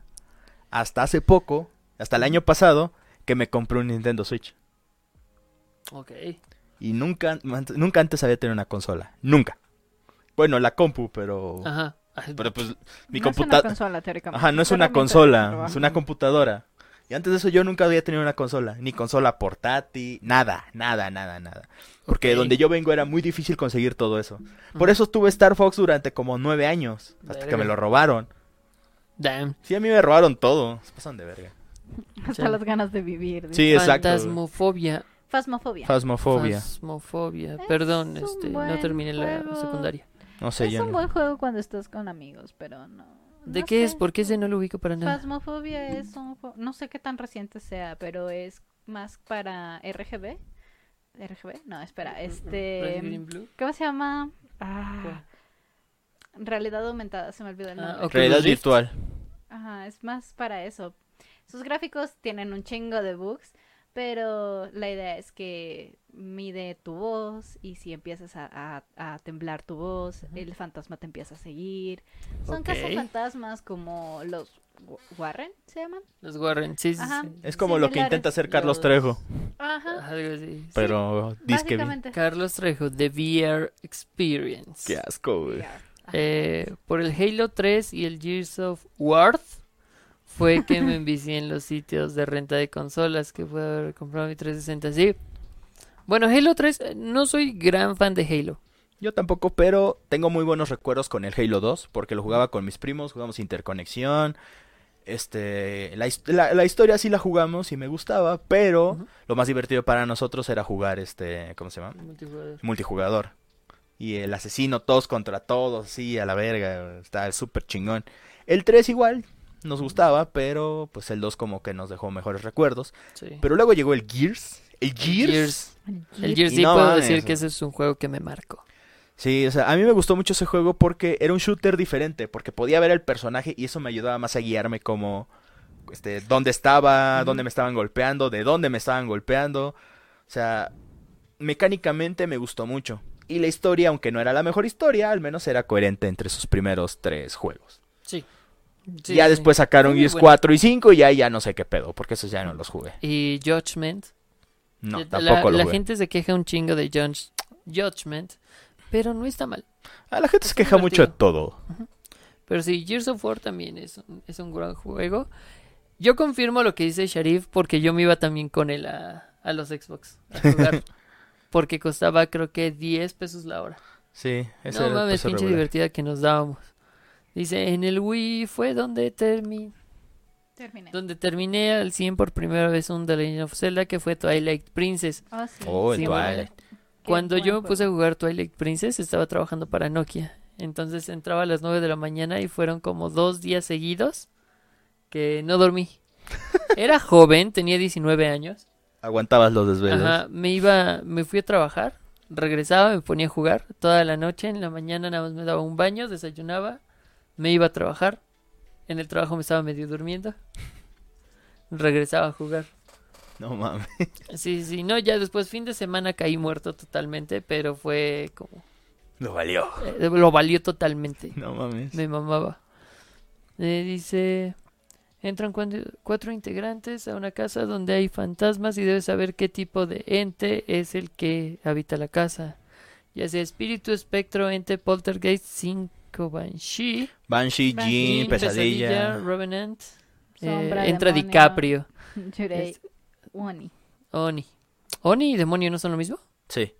Speaker 2: Hasta hace poco, hasta el año pasado, que me compré un Nintendo Switch.
Speaker 1: Ok.
Speaker 2: Y nunca, man- nunca antes había tenido una consola. Nunca. Bueno, la compu, pero.
Speaker 1: Ajá. Ay,
Speaker 2: Pero pues mi
Speaker 3: no es una
Speaker 2: computadora.
Speaker 3: consola, teóricamente.
Speaker 2: Ajá, no es una
Speaker 3: herramienta de
Speaker 2: consola,
Speaker 3: trabajo.
Speaker 2: es una computadora. Y antes de eso yo nunca había tenido una consola, ni consola portátil, nada, nada, nada, nada. Porque
Speaker 1: Ok.
Speaker 2: donde yo vengo era muy difícil conseguir todo eso. Por
Speaker 1: Ujú.
Speaker 2: eso tuve Star Fox durante como nueve años, hasta que
Speaker 1: Verga.
Speaker 2: me lo robaron.
Speaker 1: Damn.
Speaker 2: Sí, a mí me robaron todo. Se pasan de verga.
Speaker 3: Hasta
Speaker 1: Chale.
Speaker 3: las ganas de vivir. dice.
Speaker 2: Sí, exacto.
Speaker 1: Fantasmofobia.
Speaker 3: Fasmofobia.
Speaker 2: Fasmofobia.
Speaker 1: Fasmofobia.
Speaker 3: Es
Speaker 1: Perdón,
Speaker 3: un
Speaker 1: este, no
Speaker 3: buen
Speaker 1: terminé la
Speaker 3: juego.
Speaker 1: secundaria.
Speaker 2: No sé,
Speaker 3: es
Speaker 2: yo
Speaker 3: un
Speaker 2: no.
Speaker 3: buen juego cuando estás con amigos, pero no.
Speaker 1: ¿De
Speaker 3: no
Speaker 1: qué es?
Speaker 3: sé.
Speaker 1: ¿Por qué ese no lo ubico para nada?
Speaker 3: Fasmofobia es un juego, no sé qué tan reciente sea, pero es más para RGB. RGB, no, espera,
Speaker 1: ¿Red,
Speaker 3: este,
Speaker 1: Green, Blue?
Speaker 3: ¿cómo se llama? Ah,
Speaker 1: ¿Cuál?
Speaker 3: realidad aumentada, se me olvidó el
Speaker 1: Ah,
Speaker 3: nombre.
Speaker 1: ok.
Speaker 2: Realidad
Speaker 1: Oculus Rift.
Speaker 2: virtual.
Speaker 3: Ajá, es más para eso. Sus gráficos tienen un chingo de bugs, pero la idea es que mide tu voz y si empiezas a, a- a temblar tu voz, el fantasma te empieza a seguir. Son
Speaker 1: Ok.
Speaker 3: cazafantasmas como los Wa- Warren, ¿se llaman?
Speaker 1: Los Warren, sí, sí,
Speaker 3: Ajá.
Speaker 1: sí.
Speaker 2: Es como lo que
Speaker 3: Similares
Speaker 2: intenta hacer Carlos
Speaker 1: los-
Speaker 2: Trejo,
Speaker 3: Ajá,
Speaker 1: Algo así.
Speaker 2: pero disque bien.
Speaker 3: básicamente.
Speaker 1: Carlos Trejo, The VR Experience.
Speaker 2: Qué asco, güey.
Speaker 3: VR.
Speaker 1: Eh, por el Halo 3 y el Gears of War fue que me envicié en los sitios de renta de consolas que pude haber comprado mi 360. Sí. Bueno, Halo 3, eh, no soy gran fan de Halo.
Speaker 2: Yo tampoco, pero tengo muy buenos recuerdos con el Halo 2, porque lo jugaba con mis primos, jugamos interconexión. Este, la, his- la- la historia sí la jugamos y me gustaba, pero
Speaker 1: Ujú.
Speaker 2: lo más divertido para nosotros era jugar este, ¿cómo se llama?
Speaker 1: Multijugador.
Speaker 2: Multijugador. Y el asesino todos contra todos, sí, a la verga, está súper chingón. El 3 igual, nos gustaba, pero pues el 2 como que nos dejó mejores recuerdos.
Speaker 1: Sí.
Speaker 2: Pero luego llegó el Gears. El Gears.
Speaker 1: Gears. El
Speaker 3: Jeep.
Speaker 1: Gears sí
Speaker 2: No
Speaker 1: puedo
Speaker 2: mames.
Speaker 1: decir que ese es un juego que me marcó.
Speaker 2: Sí, o sea, a mí me gustó mucho ese juego porque era un shooter diferente, porque podía ver el personaje y eso me ayudaba más a guiarme como, este, dónde estaba, dónde me estaban golpeando, de dónde me estaban golpeando. O sea, mecánicamente me gustó mucho. Y la historia, aunque no era la mejor historia, al menos era coherente entre sus primeros tres juegos.
Speaker 1: Sí.
Speaker 2: ya
Speaker 1: sí.
Speaker 2: después sacaron
Speaker 1: Muy
Speaker 2: Gears
Speaker 1: bueno.
Speaker 2: 4 y 5 y ya, ya no sé qué pedo, porque esos ya no los jugué.
Speaker 1: Y Judgment.
Speaker 2: No,
Speaker 1: La-
Speaker 2: tampoco
Speaker 1: la,
Speaker 2: los jugué.
Speaker 1: gente se queja un chingo de Judge- Judgment, pero no está mal.
Speaker 2: Ah, la gente se
Speaker 1: es muy
Speaker 2: queja mucho de
Speaker 1: divertido.
Speaker 2: todo.
Speaker 1: Pero sí, Gears of War también es un, es un gran juego. Yo confirmo lo que dice Sharif porque yo me iba también con él a, a los Xbox a jugar. porque costaba creo que 10 pesos la hora.
Speaker 2: Sí, ese
Speaker 1: no
Speaker 2: era el
Speaker 1: mames,
Speaker 2: paso
Speaker 1: pinche
Speaker 2: regular.
Speaker 1: divertida que nos dábamos. Dice, en el Wii fue donde, termi-
Speaker 3: Terminé.
Speaker 1: donde terminé al 100 por primera vez un The Legend of Zelda que fue Twilight Princess.
Speaker 3: Oh, sí.
Speaker 2: Oh, el
Speaker 1: Sí,
Speaker 2: Twilight.
Speaker 1: bueno.
Speaker 3: Qué
Speaker 1: Cuando
Speaker 3: buen
Speaker 1: yo me puse a
Speaker 3: juego.
Speaker 1: jugar Twilight Princess estaba trabajando para Nokia. Entonces entraba a las 9 de la mañana y fueron como dos días seguidos que no dormí. Era joven, tenía 19 años.
Speaker 2: Aguantabas los desvelos.
Speaker 1: Ajá, me iba, me fui a trabajar, regresaba, me ponía a jugar toda la noche. En la mañana nada más me daba un baño, desayunaba, me iba a trabajar. En el trabajo me estaba medio durmiendo. Regresaba a jugar.
Speaker 2: No mames.
Speaker 1: Sí, sí, no, ya después fin de semana caí muerto totalmente, pero fue como
Speaker 2: Lo valió.
Speaker 1: Eh, lo valió totalmente.
Speaker 2: No mames.
Speaker 1: Me mamaba. Eh, dice, entran cuando- cuatro integrantes a una casa donde hay fantasmas y debes saber qué tipo de ente es el que habita la casa. Ya sea espíritu, espectro, ente, poltergeist, cinco, banshee,
Speaker 2: Banshee,
Speaker 3: Banshee,
Speaker 2: Jean, Pesadilla.
Speaker 1: revenant. eh,
Speaker 3: Sombra,
Speaker 1: entra
Speaker 3: demonio.
Speaker 1: DiCaprio,
Speaker 3: Yurei
Speaker 1: Es-
Speaker 3: Oni.
Speaker 1: Oni. Oni y demonio no son lo mismo.
Speaker 2: Sí.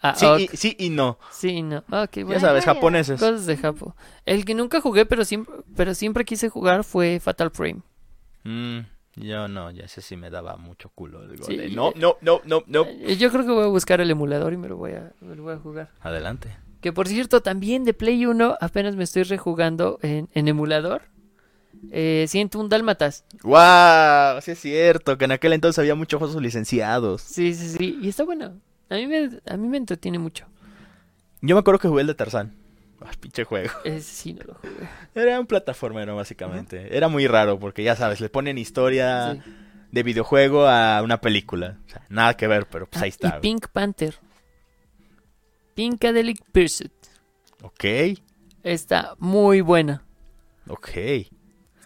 Speaker 1: Ah,
Speaker 2: Sí,
Speaker 1: ok,
Speaker 2: y, sí y no.
Speaker 1: sí, no. Ok,
Speaker 2: ya
Speaker 1: bueno.
Speaker 2: sabes,
Speaker 3: variedad.
Speaker 2: japoneses.
Speaker 1: Cosas de Japo. El que nunca jugué, pero siempre, pero siempre quise jugar fue Fatal Frame.
Speaker 2: Mm, yo no, ya sé si me daba mucho culo. Digo,
Speaker 1: Sí.
Speaker 2: de, no, no, no, no, no.
Speaker 1: Eh, Yo creo que voy a buscar el emulador y me lo voy a, me lo voy a jugar.
Speaker 2: Adelante.
Speaker 1: Que por cierto, también de Play 1 apenas me estoy rejugando en, en emulador. Eh, siento un Dálmatas.
Speaker 2: ¡Wow! Sí es cierto, que en aquel entonces había muchos juegos licenciados.
Speaker 1: Sí, sí, sí. Y está bueno. A mí me, a mí me entretiene mucho.
Speaker 2: Yo me acuerdo que jugué el de Tarzán. Ah, pinche juego.
Speaker 1: Ese sí no lo jugué.
Speaker 2: Era un plataformero, básicamente. Era muy raro, porque ya sabes, le ponen historia
Speaker 1: Sí.
Speaker 2: de videojuego a una película. O sea, nada que ver, pero pues
Speaker 1: Ah,
Speaker 2: ahí está.
Speaker 1: Y Pink Panther. Pinkadelic Pursuit.
Speaker 2: Ok,
Speaker 1: Está muy buena.
Speaker 2: ok.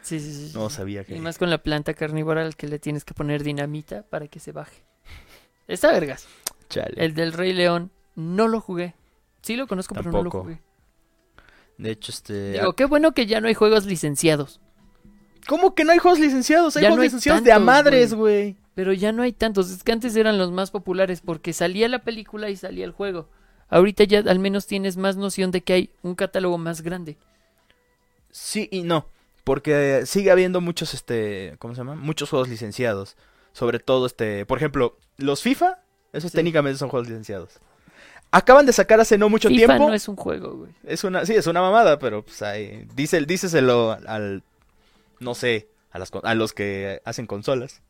Speaker 1: Sí, sí, sí. sí.
Speaker 2: No sabía que.
Speaker 1: Y más con la planta carnívora al que le tienes que poner dinamita para que se baje. Está vergas.
Speaker 2: Chale.
Speaker 1: El del Rey León no lo jugué. Sí lo conozco, pero no lo
Speaker 2: Tampoco.
Speaker 1: jugué.
Speaker 2: De hecho, este. ah,
Speaker 1: Digo, qué bueno que ya no hay juegos licenciados.
Speaker 2: ¿Cómo que no hay juegos licenciados? Hay
Speaker 1: Ya
Speaker 2: juegos
Speaker 1: no hay
Speaker 2: licenciados de a
Speaker 1: tantos,
Speaker 2: madres, güey.
Speaker 1: Pero ya no hay tantos. Es que antes eran los más populares porque salía la película y salía el juego. Ahorita ya al menos tienes más noción de que hay un catálogo más grande.
Speaker 2: Sí y no. Porque sigue habiendo muchos, este. ¿Cómo se llama? Muchos juegos licenciados. Sobre todo, este. Por ejemplo, los FIFA. Esos
Speaker 1: Sí.
Speaker 2: técnicamente son juegos licenciados. Acaban de sacar hace no mucho
Speaker 1: FIFA
Speaker 2: tiempo.
Speaker 1: no es un juego, güey.
Speaker 2: Es una, sí, es una mamada, pero pues ahí, dice, díceselo al, al- no sé, a, las, con- a los que hacen consolas.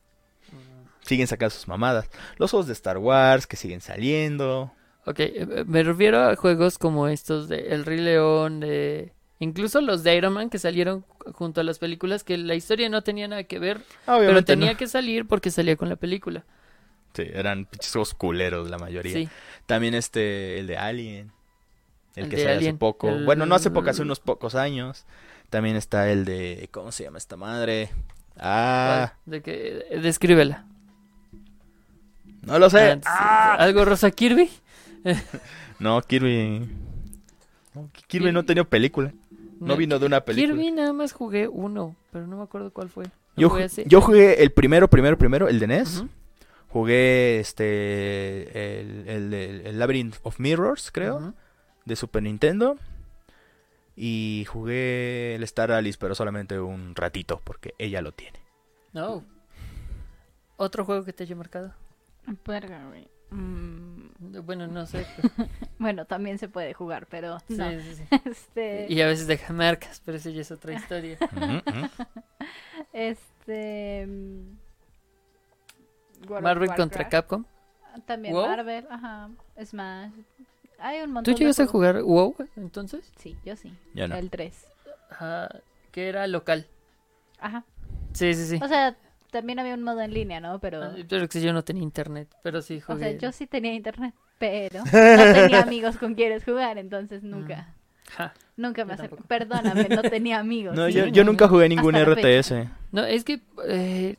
Speaker 2: Siguen sacando sus mamadas. Los juegos de Star Wars que siguen saliendo.
Speaker 1: Ok, eh, me refiero a juegos como estos de El Rey León, de... Incluso los de Iron Man que salieron junto a las películas que la historia no tenía nada que ver, pero
Speaker 2: Obviamente
Speaker 1: tenía
Speaker 2: no.
Speaker 1: que salir porque salía con la película.
Speaker 2: Sí, eran pinches juegos culeros la mayoría.
Speaker 1: Sí,
Speaker 2: También este, el de Alien. El,
Speaker 1: El
Speaker 2: que
Speaker 1: de
Speaker 2: salió hace
Speaker 1: Alien,
Speaker 2: poco.
Speaker 1: el-
Speaker 2: Bueno, no hace poco, hace unos pocos años. También está el de, ¿cómo se llama esta madre? Ah,
Speaker 1: de que eh, descríbela.
Speaker 2: no lo sé.
Speaker 1: Ah, Algo Rosa Kirby.
Speaker 2: No, Kirby. no, Kirby no ha tenido película. No vino de una película.
Speaker 1: Kirby nada más jugué uno, pero no me acuerdo cuál fue. Lo
Speaker 2: Yo,
Speaker 1: jugué
Speaker 2: ju-
Speaker 1: hace-
Speaker 2: yo jugué el primero, primero, primero, el de NES.
Speaker 1: Ujú.
Speaker 2: Jugué este el, el- el- el Labyrinth of Mirrors, creo,
Speaker 1: Ujú.
Speaker 2: de Super Nintendo. Y jugué el Star Alice, pero solamente un ratito, porque ella lo tiene.
Speaker 1: No. Otro juego que te haya marcado.
Speaker 3: Verga, güey. Mm,
Speaker 1: Bueno, no sé. pero-
Speaker 3: bueno, también se puede jugar, pero no.
Speaker 1: sí, sí, sí.
Speaker 3: Este,
Speaker 1: Y a veces deja marcas, pero eso ya es otra historia.
Speaker 2: Ujú, ujú.
Speaker 3: este mm, World of
Speaker 1: Marvel contra
Speaker 3: Warcraft. Ah,
Speaker 1: Capcom.
Speaker 3: También
Speaker 1: WoW.
Speaker 3: Marvel, ajá, Smash. Hay un
Speaker 1: ¿Tú
Speaker 3: montón. de
Speaker 1: llegas a
Speaker 3: juegos.
Speaker 1: jugar WoW entonces?
Speaker 3: Sí, yo sí.
Speaker 2: Yo no.
Speaker 3: El 3.
Speaker 1: Ajá, que era local.
Speaker 3: Ajá.
Speaker 1: Sí, sí, sí.
Speaker 3: O sea, también había un modo en línea, ¿no? Pero
Speaker 1: Ah, Pero que yo no tenía internet, pero sí
Speaker 3: o sea,
Speaker 1: jugué.
Speaker 3: yo sí tenía internet, pero no tenía amigos con quienes jugar, entonces nunca.
Speaker 1: Ja.
Speaker 3: Nunca me
Speaker 1: Mm. Yo
Speaker 3: acerqué.
Speaker 1: tampoco.
Speaker 3: Perdóname, no tenía amigos.
Speaker 2: No,
Speaker 3: sí.
Speaker 2: yo, yo nunca jugué ningún
Speaker 3: Hasta la
Speaker 2: RTS.
Speaker 1: No, es que eh,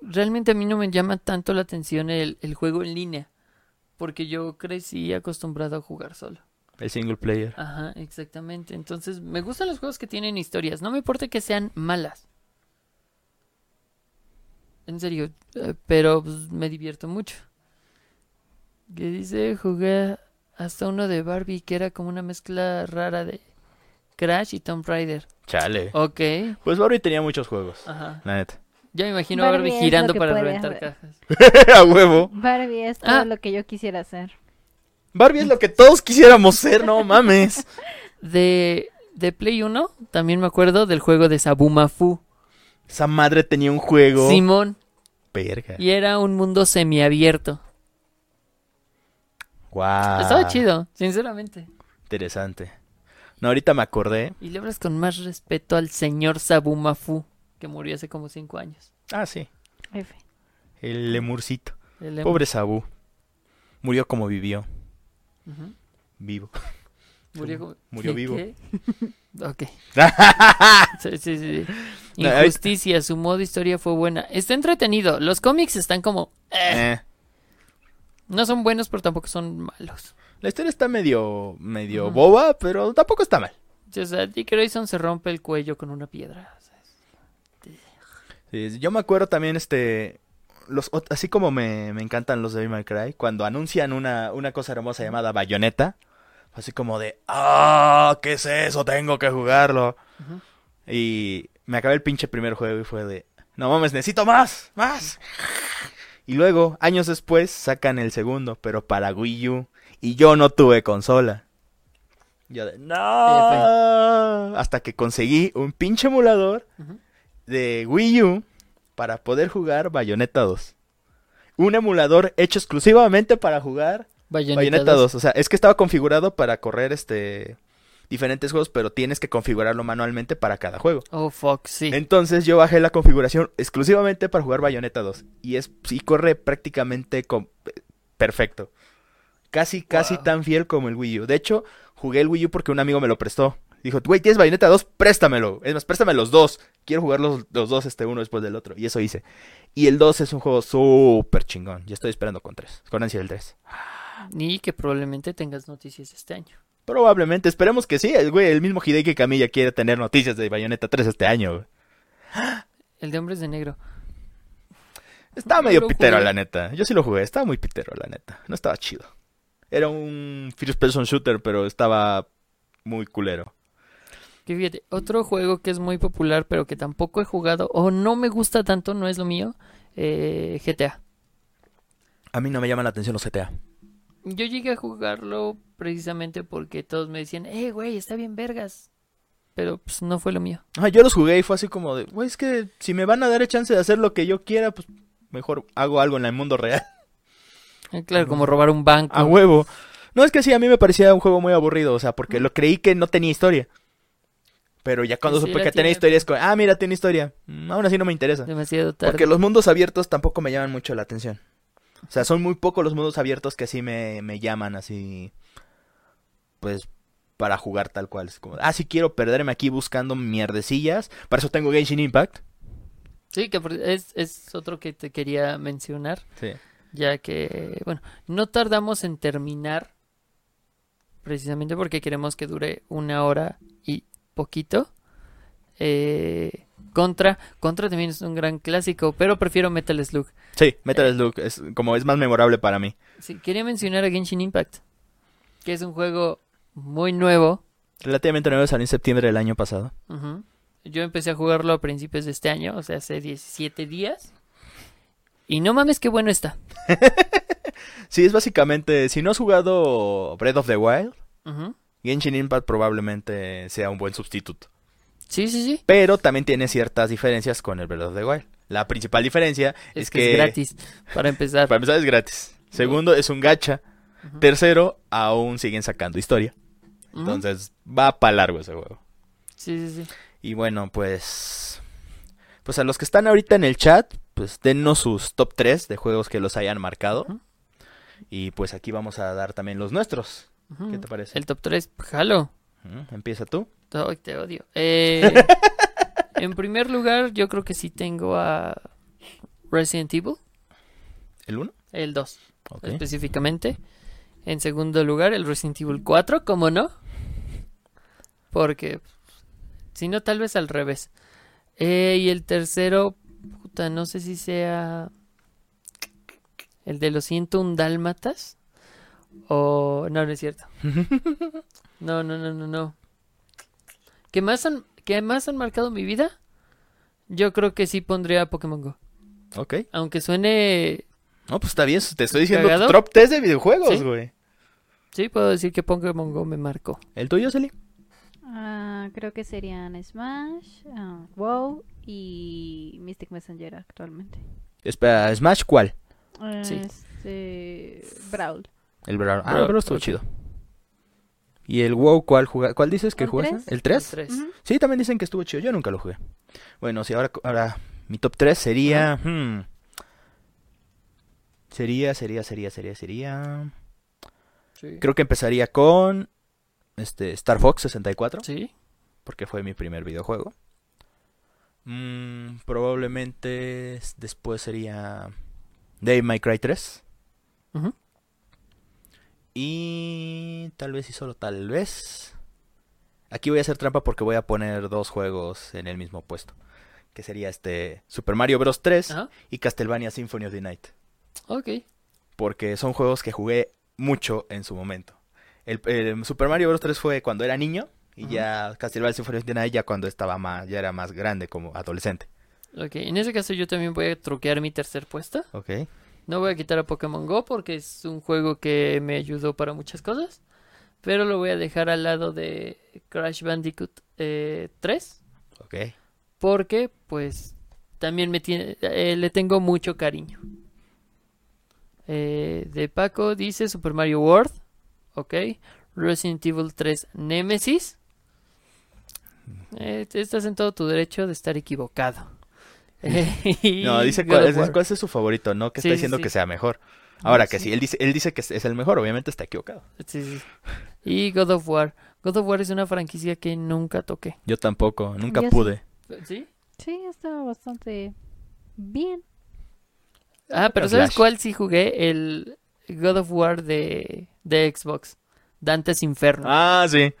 Speaker 1: realmente a mí no me llama tanto la atención el, el juego en línea, porque yo crecí acostumbrado a jugar solo.
Speaker 2: El single player.
Speaker 1: Ajá, exactamente. Entonces, me gustan los juegos que tienen historias. No me importa que sean malas. En serio, eh, pero pues, me divierto mucho. Que dice, jugué hasta uno de Barbie que era como una mezcla rara de Crash y Tomb Raider.
Speaker 2: Chale.
Speaker 1: Ok,
Speaker 2: Pues Barbie tenía muchos juegos.
Speaker 1: ajá.
Speaker 2: La neta.
Speaker 1: Ya me imagino a
Speaker 3: Barbie
Speaker 1: Barbie
Speaker 3: es lo
Speaker 1: girando
Speaker 3: que
Speaker 1: para
Speaker 3: puede
Speaker 1: reventar
Speaker 3: haber.
Speaker 1: cajas.
Speaker 2: A huevo.
Speaker 3: Barbie es todo
Speaker 1: Ah.
Speaker 3: lo que yo quisiera hacer.
Speaker 2: Barbie es lo que todos quisiéramos ser, no mames.
Speaker 1: De, de Play 1, también me acuerdo del juego de Sabumafu.
Speaker 2: Esa madre tenía un juego.
Speaker 1: Simón,
Speaker 2: Verga.
Speaker 1: y era un mundo semiabierto.
Speaker 2: Guau.
Speaker 1: Estaba chido, sinceramente.
Speaker 2: Interesante. No, ahorita me acordé.
Speaker 1: Y le hablas con más respeto al señor Sabumafu, que murió hace como cinco años.
Speaker 2: Ah, sí.
Speaker 3: F.
Speaker 2: El lemurcito.
Speaker 1: El em-
Speaker 2: Pobre Sabu. Murió como vivió.
Speaker 1: Ujú.
Speaker 2: Vivo.
Speaker 1: Murió, como-
Speaker 2: Murió
Speaker 1: ¿Qué-
Speaker 2: vivo.
Speaker 1: qué? ok. Sí, sí, sí, sí.
Speaker 2: No, ahorita-
Speaker 1: Injusticia, su modo historia fue buena. Está entretenido. Los cómics están como... eh,
Speaker 2: Eh,
Speaker 1: No son buenos, pero tampoco son malos.
Speaker 2: La historia está medio, medio
Speaker 1: Ujú.
Speaker 2: boba, pero tampoco está mal.
Speaker 1: O sea, Dick Grayson se rompe el cuello con una piedra. o sea, es-
Speaker 2: Sí, yo me acuerdo también, este, los, ot- así como me, me encantan los de Devil May Cry, cuando anuncian una, una cosa hermosa llamada Bayonetta, así como de, ah, ¿qué es eso? Tengo que jugarlo.
Speaker 1: Ujú.
Speaker 2: Y me acabé el pinche primer juego y fue de, no mames, necesito más, más. Y luego, años después, sacan el segundo, pero para Wii U, y yo no tuve consola. Yo de, no. Hasta que conseguí un pinche emulador
Speaker 1: Ujú.
Speaker 2: de Wii U para poder jugar Bayonetta 2. Un emulador hecho exclusivamente para jugar
Speaker 1: Bayonetta,
Speaker 2: Bayonetta
Speaker 1: 2.
Speaker 2: 2. O sea, es que estaba configurado para correr este diferentes juegos, pero tienes que configurarlo manualmente para cada juego.
Speaker 1: Oh, fuck, sí.
Speaker 2: Entonces yo bajé la configuración exclusivamente para jugar Bayonetta 2. Y es y corre prácticamente com- perfecto. Casi, casi
Speaker 1: Wow.
Speaker 2: tan fiel como el Wii U. De hecho, jugué el Wii U porque un amigo me lo prestó. Dijo, güey, ¿tienes Bayonetta 2? Préstamelo. Es más, préstame los dos. Quiero jugar los, los dos, este uno después del otro. Y eso hice. Y el 2 es un juego súper chingón. Yo estoy esperando con 3. Con ansia el 3.
Speaker 1: Ni que probablemente tengas noticias este año.
Speaker 2: Probablemente, esperemos que sí. El, güey, el mismo Hideki Kamiya quiere tener noticias de Bayonetta 3 este año. güey.
Speaker 1: El de Hombres de Negro.
Speaker 2: Está
Speaker 1: Yo
Speaker 2: medio
Speaker 1: lo
Speaker 2: pitero,
Speaker 1: jugué.
Speaker 2: la neta. Yo sí lo jugué, estaba muy pitero, la neta. No estaba chido. Era un first person shooter, pero estaba muy culero.
Speaker 1: Que fíjate, otro juego que es muy popular pero que tampoco he jugado o no me gusta tanto, no es lo mío, eh, GTA.
Speaker 2: A mí no me llaman la atención los GTA.
Speaker 1: Yo llegué a jugarlo precisamente porque todos me decían, eh, güey, está bien vergas. Pero pues no fue lo mío.
Speaker 2: Ah, yo los jugué y fue así como de, güey, es que si me van a dar el chance de hacer lo que yo quiera, pues mejor hago algo en el mundo real.
Speaker 1: Eh, Claro, como robar un banco.
Speaker 2: A huevo. No, es que sí, a mí me parecía un juego muy aburrido, o sea, porque lo creí que no tenía historia. Pero ya cuando
Speaker 1: Sí,
Speaker 2: supe
Speaker 1: la
Speaker 2: que tenía
Speaker 1: tiene.
Speaker 2: historia, es como, ah, mira, tiene historia. Mm, Aún así no me interesa.
Speaker 1: Demasiado tarde.
Speaker 2: Porque los mundos abiertos tampoco me llaman mucho la atención. O sea, son muy pocos los mundos abiertos que sí me, me llaman así. Pues para jugar tal cual. Es como, ah, sí quiero perderme aquí buscando mierdecillas. Para eso tengo Genshin Impact.
Speaker 1: Sí, que por- es, es otro que te quería mencionar.
Speaker 2: Sí.
Speaker 1: ya que, bueno, no tardamos en terminar precisamente porque queremos que dure una hora y poquito. Eh, contra, contra también es un gran clásico, pero prefiero Metal Slug.
Speaker 2: Sí, Metal Slug es como es más memorable para mí.
Speaker 1: Sí, quería mencionar a Genshin Impact, que es un juego muy nuevo.
Speaker 2: Relativamente nuevo salió en septiembre del año pasado.
Speaker 1: Ujú. Yo empecé a jugarlo a principios de este año, o sea, hace 17 días. Y no mames, qué bueno está.
Speaker 2: Sí, es básicamente, si no has jugado Breath of the Wild,
Speaker 1: Ujú.
Speaker 2: Genshin Impact probablemente sea un buen sustituto.
Speaker 1: Sí, sí, sí.
Speaker 2: Pero también tiene ciertas diferencias con el Breath of the Wild. La principal diferencia
Speaker 1: Es,
Speaker 2: es,
Speaker 1: que, es gratis, para empezar.
Speaker 2: Para empezar es gratis. Segundo, es un gacha.
Speaker 1: Ujú.
Speaker 2: Tercero, aún siguen sacando historia.
Speaker 1: Ujú.
Speaker 2: Entonces, va para largo ese juego.
Speaker 1: Sí, sí, sí.
Speaker 2: Y bueno, pues... Pues a los que están ahorita en el chat, pues dennos sus top 3 de juegos que los hayan marcado.
Speaker 1: Ujú.
Speaker 2: Y pues aquí vamos a dar también los nuestros.
Speaker 1: Ujú.
Speaker 2: ¿Qué te parece?
Speaker 1: Mm. El top 3, jalo.
Speaker 2: Ujú, Empieza tú.
Speaker 1: Ay, te odio. Eh, en primer lugar, yo creo que sí tengo a Resident Evil,
Speaker 2: ¿El 1?
Speaker 1: el 2
Speaker 2: Ok.
Speaker 1: específicamente. En segundo lugar, el Resident Evil 4, ¿cómo no? Porque si no, tal vez al revés. Eh, y el tercero, puta, no sé si sea el de los 101 dálmatas o no, no es cierto. No, no, no, no, no. ¿Qué más han, qué más han marcado mi vida? Yo creo que sí pondría Pokémon Go.
Speaker 2: Ok.
Speaker 1: Aunque suene.
Speaker 2: No, pues está bien. Te estoy diciendo tu
Speaker 1: ¿Cagado?
Speaker 2: top 3 de videojuegos,
Speaker 1: Sí.
Speaker 2: güey.
Speaker 1: Sí, puedo decir que Pokémon Go me marcó.
Speaker 2: ¿El tuyo, Celi?
Speaker 3: Ah, creo que serían Smash, ah, WoW y Mystic Messenger actualmente.
Speaker 2: Espera, ¿Smash cuál?
Speaker 1: Sí.
Speaker 3: Este, Brawl.
Speaker 2: El Brawl. Ah,
Speaker 1: Brawl,
Speaker 2: el Brawl estuvo
Speaker 1: ok.
Speaker 2: chido. ¿Y el WoW cuál juga- ¿Cuál dices que
Speaker 3: ¿El
Speaker 2: jugaste?
Speaker 3: tres?
Speaker 2: ¿El 3?
Speaker 1: Tres.
Speaker 3: Ujú.
Speaker 2: Sí, también dicen que estuvo chido. Yo nunca lo jugué. Bueno, sí, ahora, ahora mi top 3 sería... hmm, sería, sería, sería, sería, sería...
Speaker 1: Sí.
Speaker 2: Creo que empezaría con este Star Fox 64,
Speaker 1: Sí.
Speaker 2: porque fue mi primer videojuego. Mm, probablemente s- después sería Dave My Cry 3.
Speaker 1: Ujú.
Speaker 2: Y tal vez y solo tal vez. Aquí voy a hacer trampa porque voy a poner dos juegos en el mismo puesto. Que sería este Super Mario Bros. 3
Speaker 1: Ajá.
Speaker 2: y Castlevania Symphony of the Night.
Speaker 1: Ok.
Speaker 2: Porque son juegos que jugué mucho en su momento. El, el Super Mario Bros. 3 fue cuando era niño. Y
Speaker 1: Ajá.
Speaker 2: ya Castlevania Symphony of the Night ya cuando estaba más, ya era más grande como adolescente.
Speaker 1: Ok. En ese caso, yo también voy a truquear mi tercer puesto.
Speaker 2: Ok.
Speaker 1: No voy a quitar a Pokémon Go porque es un juego que me ayudó para muchas cosas. Pero lo voy a dejar al lado de Crash Bandicoot eh, 3.
Speaker 2: Ok.
Speaker 1: Porque, pues, también me tiene, eh, le tengo mucho cariño. Eh, de Paco dice Super Mario World. Ok. Resident Evil 3 Nemesis. Eh, estás en todo tu derecho de estar equivocado. Eh,
Speaker 2: No, dice
Speaker 1: y
Speaker 2: cuál
Speaker 1: God
Speaker 2: es,
Speaker 1: of War.
Speaker 2: cuál es su favorito, no que
Speaker 1: Sí,
Speaker 2: está
Speaker 1: sí,
Speaker 2: diciendo
Speaker 1: sí.
Speaker 2: que sea mejor.
Speaker 1: No,
Speaker 2: Ahora que
Speaker 1: sí.
Speaker 2: sí, él dice, él dice que es, es el mejor, obviamente está equivocado.
Speaker 1: Sí, sí. Y God of War. God of War es una franquicia que nunca toqué.
Speaker 2: Yo tampoco, nunca
Speaker 3: Yo sí.
Speaker 2: pude.
Speaker 1: ¿Sí?
Speaker 3: Sí, estaba bastante bien.
Speaker 1: Ah, pero
Speaker 2: Los
Speaker 1: ¿sabes
Speaker 2: Slash.
Speaker 1: cuál sí jugué? El God of War de, de Xbox. Dante's Inferno.
Speaker 2: Ah, sí.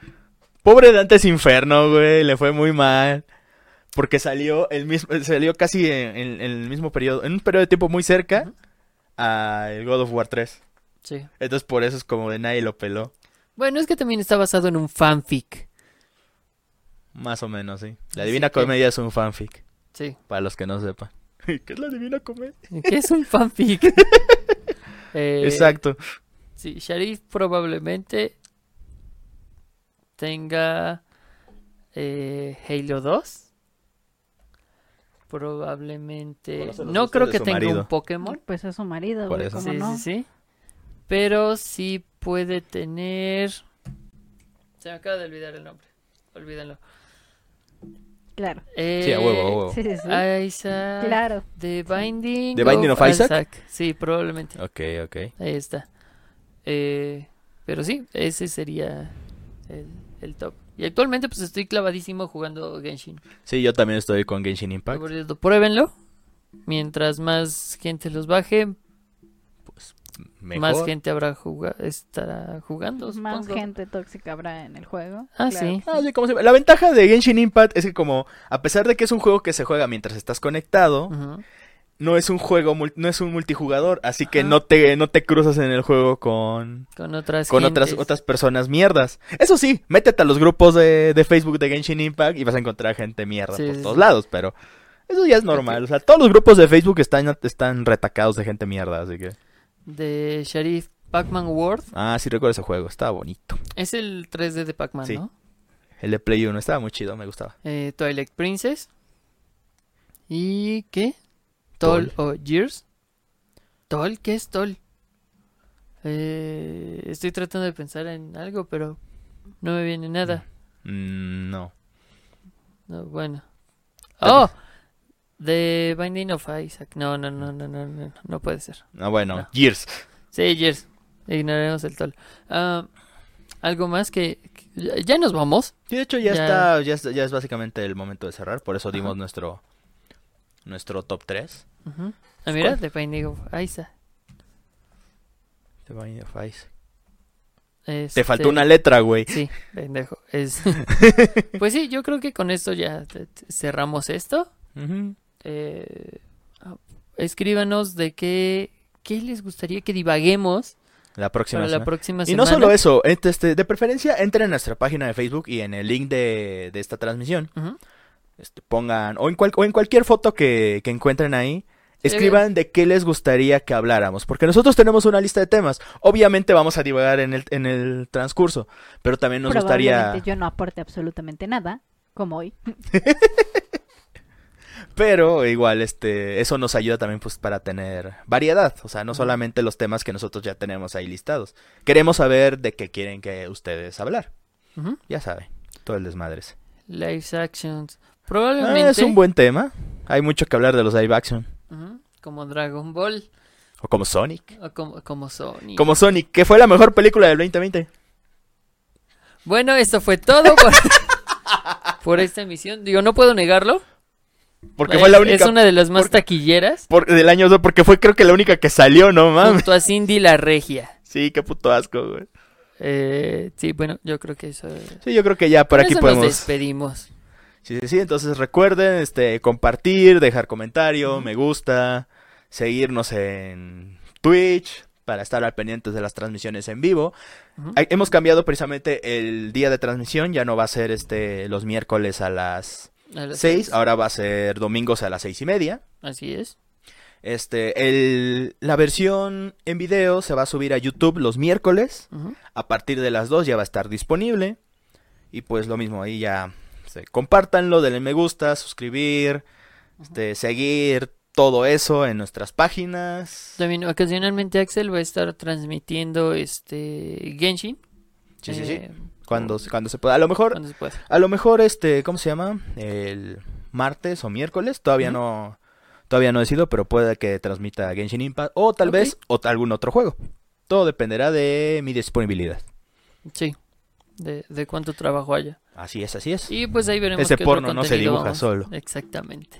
Speaker 2: Pobre Dantes Inferno, güey, le fue muy mal. Porque salió el mismo, salió casi en, en- en el mismo periodo, en un periodo de tiempo muy cerca a el God of War 3.
Speaker 1: Sí.
Speaker 2: Entonces por eso es como de nadie lo peló.
Speaker 1: Bueno, es que también está basado en un fanfic.
Speaker 2: Más o menos, sí. La
Speaker 1: Así
Speaker 2: Divina
Speaker 1: que-
Speaker 2: Comedia es un fanfic,
Speaker 1: Sí.
Speaker 2: para los que no sepan. ¿Qué es la Divina Comedia?
Speaker 1: ¿Qué es un fanfic? Eh,
Speaker 2: Exacto.
Speaker 1: Sí, Sharif probablemente tenga eh, Halo 2. Probablemente.
Speaker 2: Conócelos
Speaker 1: No creo
Speaker 2: ustedes,
Speaker 1: que
Speaker 2: su
Speaker 1: tenga un
Speaker 2: marido.
Speaker 1: Pokémon.
Speaker 3: Pues es su marido,
Speaker 2: Por
Speaker 3: güey,
Speaker 2: eso.
Speaker 3: ¿cómo
Speaker 1: Sí,
Speaker 3: no?
Speaker 1: sí, sí. Pero sí puede tener. Se me acaba de olvidar el nombre. Olvídenlo.
Speaker 3: Claro.
Speaker 1: Eh,
Speaker 2: Sí, a huevo, a huevo.
Speaker 3: Sí, sí, sí.
Speaker 1: Isaac.
Speaker 3: Claro.
Speaker 1: The Binding.
Speaker 2: The Binding of Isaac. Ah.
Speaker 1: Sí, probablemente.
Speaker 2: Ok, ok.
Speaker 1: Ahí está. Eh, pero sí, ese sería el, el top. Y actualmente pues estoy clavadísimo jugando Genshin.
Speaker 2: Sí, yo también estoy con Genshin Impact.
Speaker 1: Por cierto, Pruébenlo. Mientras más gente los baje,
Speaker 2: Mejor.
Speaker 1: más gente habrá juga- estará jugando.
Speaker 3: Más
Speaker 1: supongo.
Speaker 3: gente tóxica habrá en el juego.
Speaker 1: Ah,
Speaker 3: claro.
Speaker 1: sí.
Speaker 2: Ah, sí, ¿cómo se llama? La ventaja de Genshin Impact es que como, a pesar de que es un juego que se juega mientras estás conectado,
Speaker 1: Ujú.
Speaker 2: no es un juego, mul- no es un multijugador, así que
Speaker 1: Ajá.
Speaker 2: no te, no te cruzas en el juego con,
Speaker 1: Con otras
Speaker 2: con otras,
Speaker 1: gentes.
Speaker 2: otras personas mierdas. Eso sí, métete a los grupos de, de Facebook de Genshin Impact y vas a encontrar gente mierda
Speaker 1: Sí,
Speaker 2: por
Speaker 1: sí,
Speaker 2: todos
Speaker 1: sí.
Speaker 2: lados, pero eso ya es normal. O sea, todos los grupos de Facebook están, están retacados de gente mierda, así que...
Speaker 1: De Sharif Pac-Man World.
Speaker 2: Ah, sí recuerdo ese juego, estaba bonito.
Speaker 1: Es el 3D de Pac-Man,
Speaker 2: Sí.
Speaker 1: ¿no?
Speaker 2: El de Play 1 estaba muy chido, me gustaba.
Speaker 1: Eh, Twilight Princess. ¿Y qué? Tol o Gears. ¿Tol? ¿Qué es Tol? Eh, estoy tratando de pensar en algo, pero no me viene nada.
Speaker 2: Mm, no. Mm.
Speaker 1: No, bueno.
Speaker 2: Tal
Speaker 1: ¡Oh! The Binding of Isaac. No, no, no, no, no, no, no puede ser.
Speaker 2: Ah, bueno,
Speaker 1: No.
Speaker 2: Gears.
Speaker 1: Sí, Gears. Ignoremos el Tol. Ah, algo más que... que- Ya nos vamos.
Speaker 2: Sí, de hecho ya,
Speaker 1: Ya.
Speaker 2: está, ya está- ya es básicamente el momento de cerrar, por eso dimos
Speaker 1: Ajá.
Speaker 2: nuestro nuestro top 3.
Speaker 1: Ujú. Ah, mira,
Speaker 2: ¿Cuál?
Speaker 1: The Binding of Isaac.
Speaker 2: The Binding of Isaac.
Speaker 1: Este-
Speaker 2: Te faltó una letra, güey.
Speaker 1: Sí, pendejo. Es... pues sí, yo creo que con esto ya te- te- cerramos esto. Eh, ah, escríbanos de qué, qué les gustaría que divaguemos
Speaker 2: La próxima.
Speaker 1: para la
Speaker 2: semana.
Speaker 1: próxima
Speaker 2: y
Speaker 1: semana.
Speaker 2: no solo eso, este, este, de preferencia entren a nuestra página de Facebook y en el link de, de esta transmisión
Speaker 1: Ujú.
Speaker 2: este, pongan, o en, cual- o en cualquier foto que, que encuentren ahí, escriban de qué les gustaría que habláramos, porque nosotros tenemos una lista de temas. Obviamente vamos a divagar en el, en el transcurso, pero también nos gustaría...
Speaker 3: Probablemente yo no aporte absolutamente nada, como hoy.
Speaker 2: Pero igual, este, eso nos ayuda también pues para tener variedad, o sea, no solamente los temas que nosotros ya tenemos ahí listados. Queremos saber de qué quieren que ustedes hablar,
Speaker 1: Ujú.
Speaker 2: ya saben, todo el desmadre. ese.
Speaker 1: Live actions.
Speaker 2: Ah,
Speaker 1: Probablemente.
Speaker 2: es un buen tema, hay mucho que hablar de los live action,
Speaker 1: Ujú, Como Dragon Ball
Speaker 2: o como Sonic.
Speaker 1: o como, como Sony.
Speaker 2: Como Sonic, que fue la mejor película del 2020.
Speaker 1: Bueno, esto fue todo por, por esta emisión. Digo, no puedo negarlo.
Speaker 2: Porque
Speaker 1: Eh,
Speaker 2: fue la
Speaker 1: Es
Speaker 2: única
Speaker 1: una de las más
Speaker 2: porque-
Speaker 1: taquilleras.
Speaker 2: por- del año 2, porque fue creo que la única que salió, no mames.
Speaker 1: Junto a Cindy la Regia.
Speaker 2: Sí, qué puto asco, güey.
Speaker 1: Eh, sí, bueno, yo creo que eso.
Speaker 2: Sí, yo creo que ya por
Speaker 1: con
Speaker 2: aquí
Speaker 1: eso
Speaker 2: podemos...
Speaker 1: Nos despedimos.
Speaker 2: Sí, sí, sí. Entonces recuerden, este, compartir, dejar comentario, me gusta, seguirnos en Twitch para estar al pendientes de las transmisiones en vivo.
Speaker 1: Ujú.
Speaker 2: Hay- Hemos cambiado precisamente el día de transmisión, ya no va a ser este los miércoles a las
Speaker 1: A las
Speaker 2: 6, ahora va a ser domingos a las seis y media.
Speaker 1: Así es.
Speaker 2: Este, el, la versión en video se va a subir a YouTube los miércoles.
Speaker 1: Ujú.
Speaker 2: A partir de las 2 ya va a estar disponible. Y pues lo mismo, ahí ya se, compártanlo, denle me gusta, suscribir, este, seguir, todo eso en nuestras páginas.
Speaker 1: También ocasionalmente Axel va a estar transmitiendo este Genshin.
Speaker 2: Sí, sí, sí.
Speaker 1: eh,
Speaker 2: Cuando, se- cuando se pueda. A lo mejor,
Speaker 1: cuando se pueda.
Speaker 2: a lo mejor este, ¿cómo se llama? El martes o miércoles. Todavía
Speaker 1: Ujú.
Speaker 2: no, todavía no decido, pero puede que transmita Genshin Impact o tal
Speaker 1: Ok.
Speaker 2: vez o algún otro juego. Todo dependerá de mi disponibilidad.
Speaker 1: Sí. De, de cuánto trabajo haya.
Speaker 2: Así es, así es.
Speaker 1: Y pues ahí veremos.
Speaker 2: Ese
Speaker 1: qué otro
Speaker 2: porno no se
Speaker 1: contenido
Speaker 2: dibuja
Speaker 1: vamos-
Speaker 2: solo.
Speaker 1: Exactamente.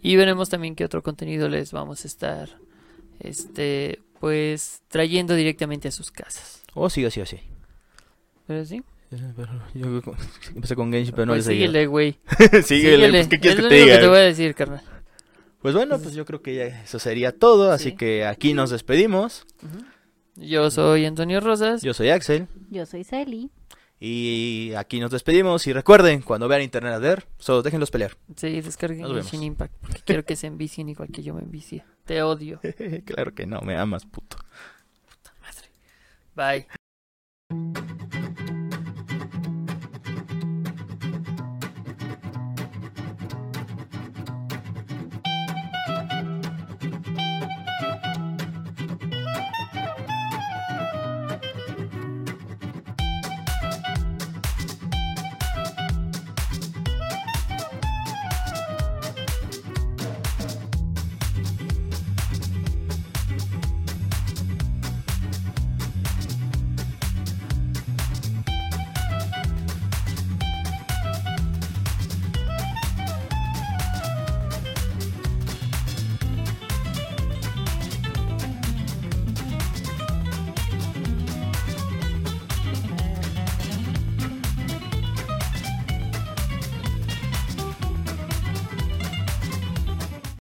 Speaker 1: Y veremos también qué otro contenido les vamos a estar, este, pues trayendo directamente a sus casas.
Speaker 2: O sí, o sí, o sí.
Speaker 1: Pero sí.
Speaker 2: Yo empecé con Genshin, pero no
Speaker 1: pues
Speaker 2: le seguí.
Speaker 1: síguele, güey.
Speaker 2: síguele,
Speaker 1: Síguele.
Speaker 2: pues, ¿qué quieres
Speaker 1: es
Speaker 2: que
Speaker 1: lo
Speaker 2: te
Speaker 1: único
Speaker 2: diga?
Speaker 1: que te voy a decir, carnal.
Speaker 2: Pues bueno, pues yo creo que ya eso sería todo, así
Speaker 1: Sí.
Speaker 2: que aquí nos despedimos.
Speaker 1: Yo soy Antonio Rosas.
Speaker 2: Yo soy Axel
Speaker 3: Yo soy Celi.
Speaker 2: y aquí nos despedimos y recuerden, cuando vean internet a ver, solo déjenlos pelear.
Speaker 1: Sí, descarguen
Speaker 2: Nos vemos.
Speaker 1: Genshin Impact porque quiero que se envicien igual que yo me envicie. Te odio.
Speaker 2: claro que no, me amas, puto.
Speaker 1: Madre. Bye.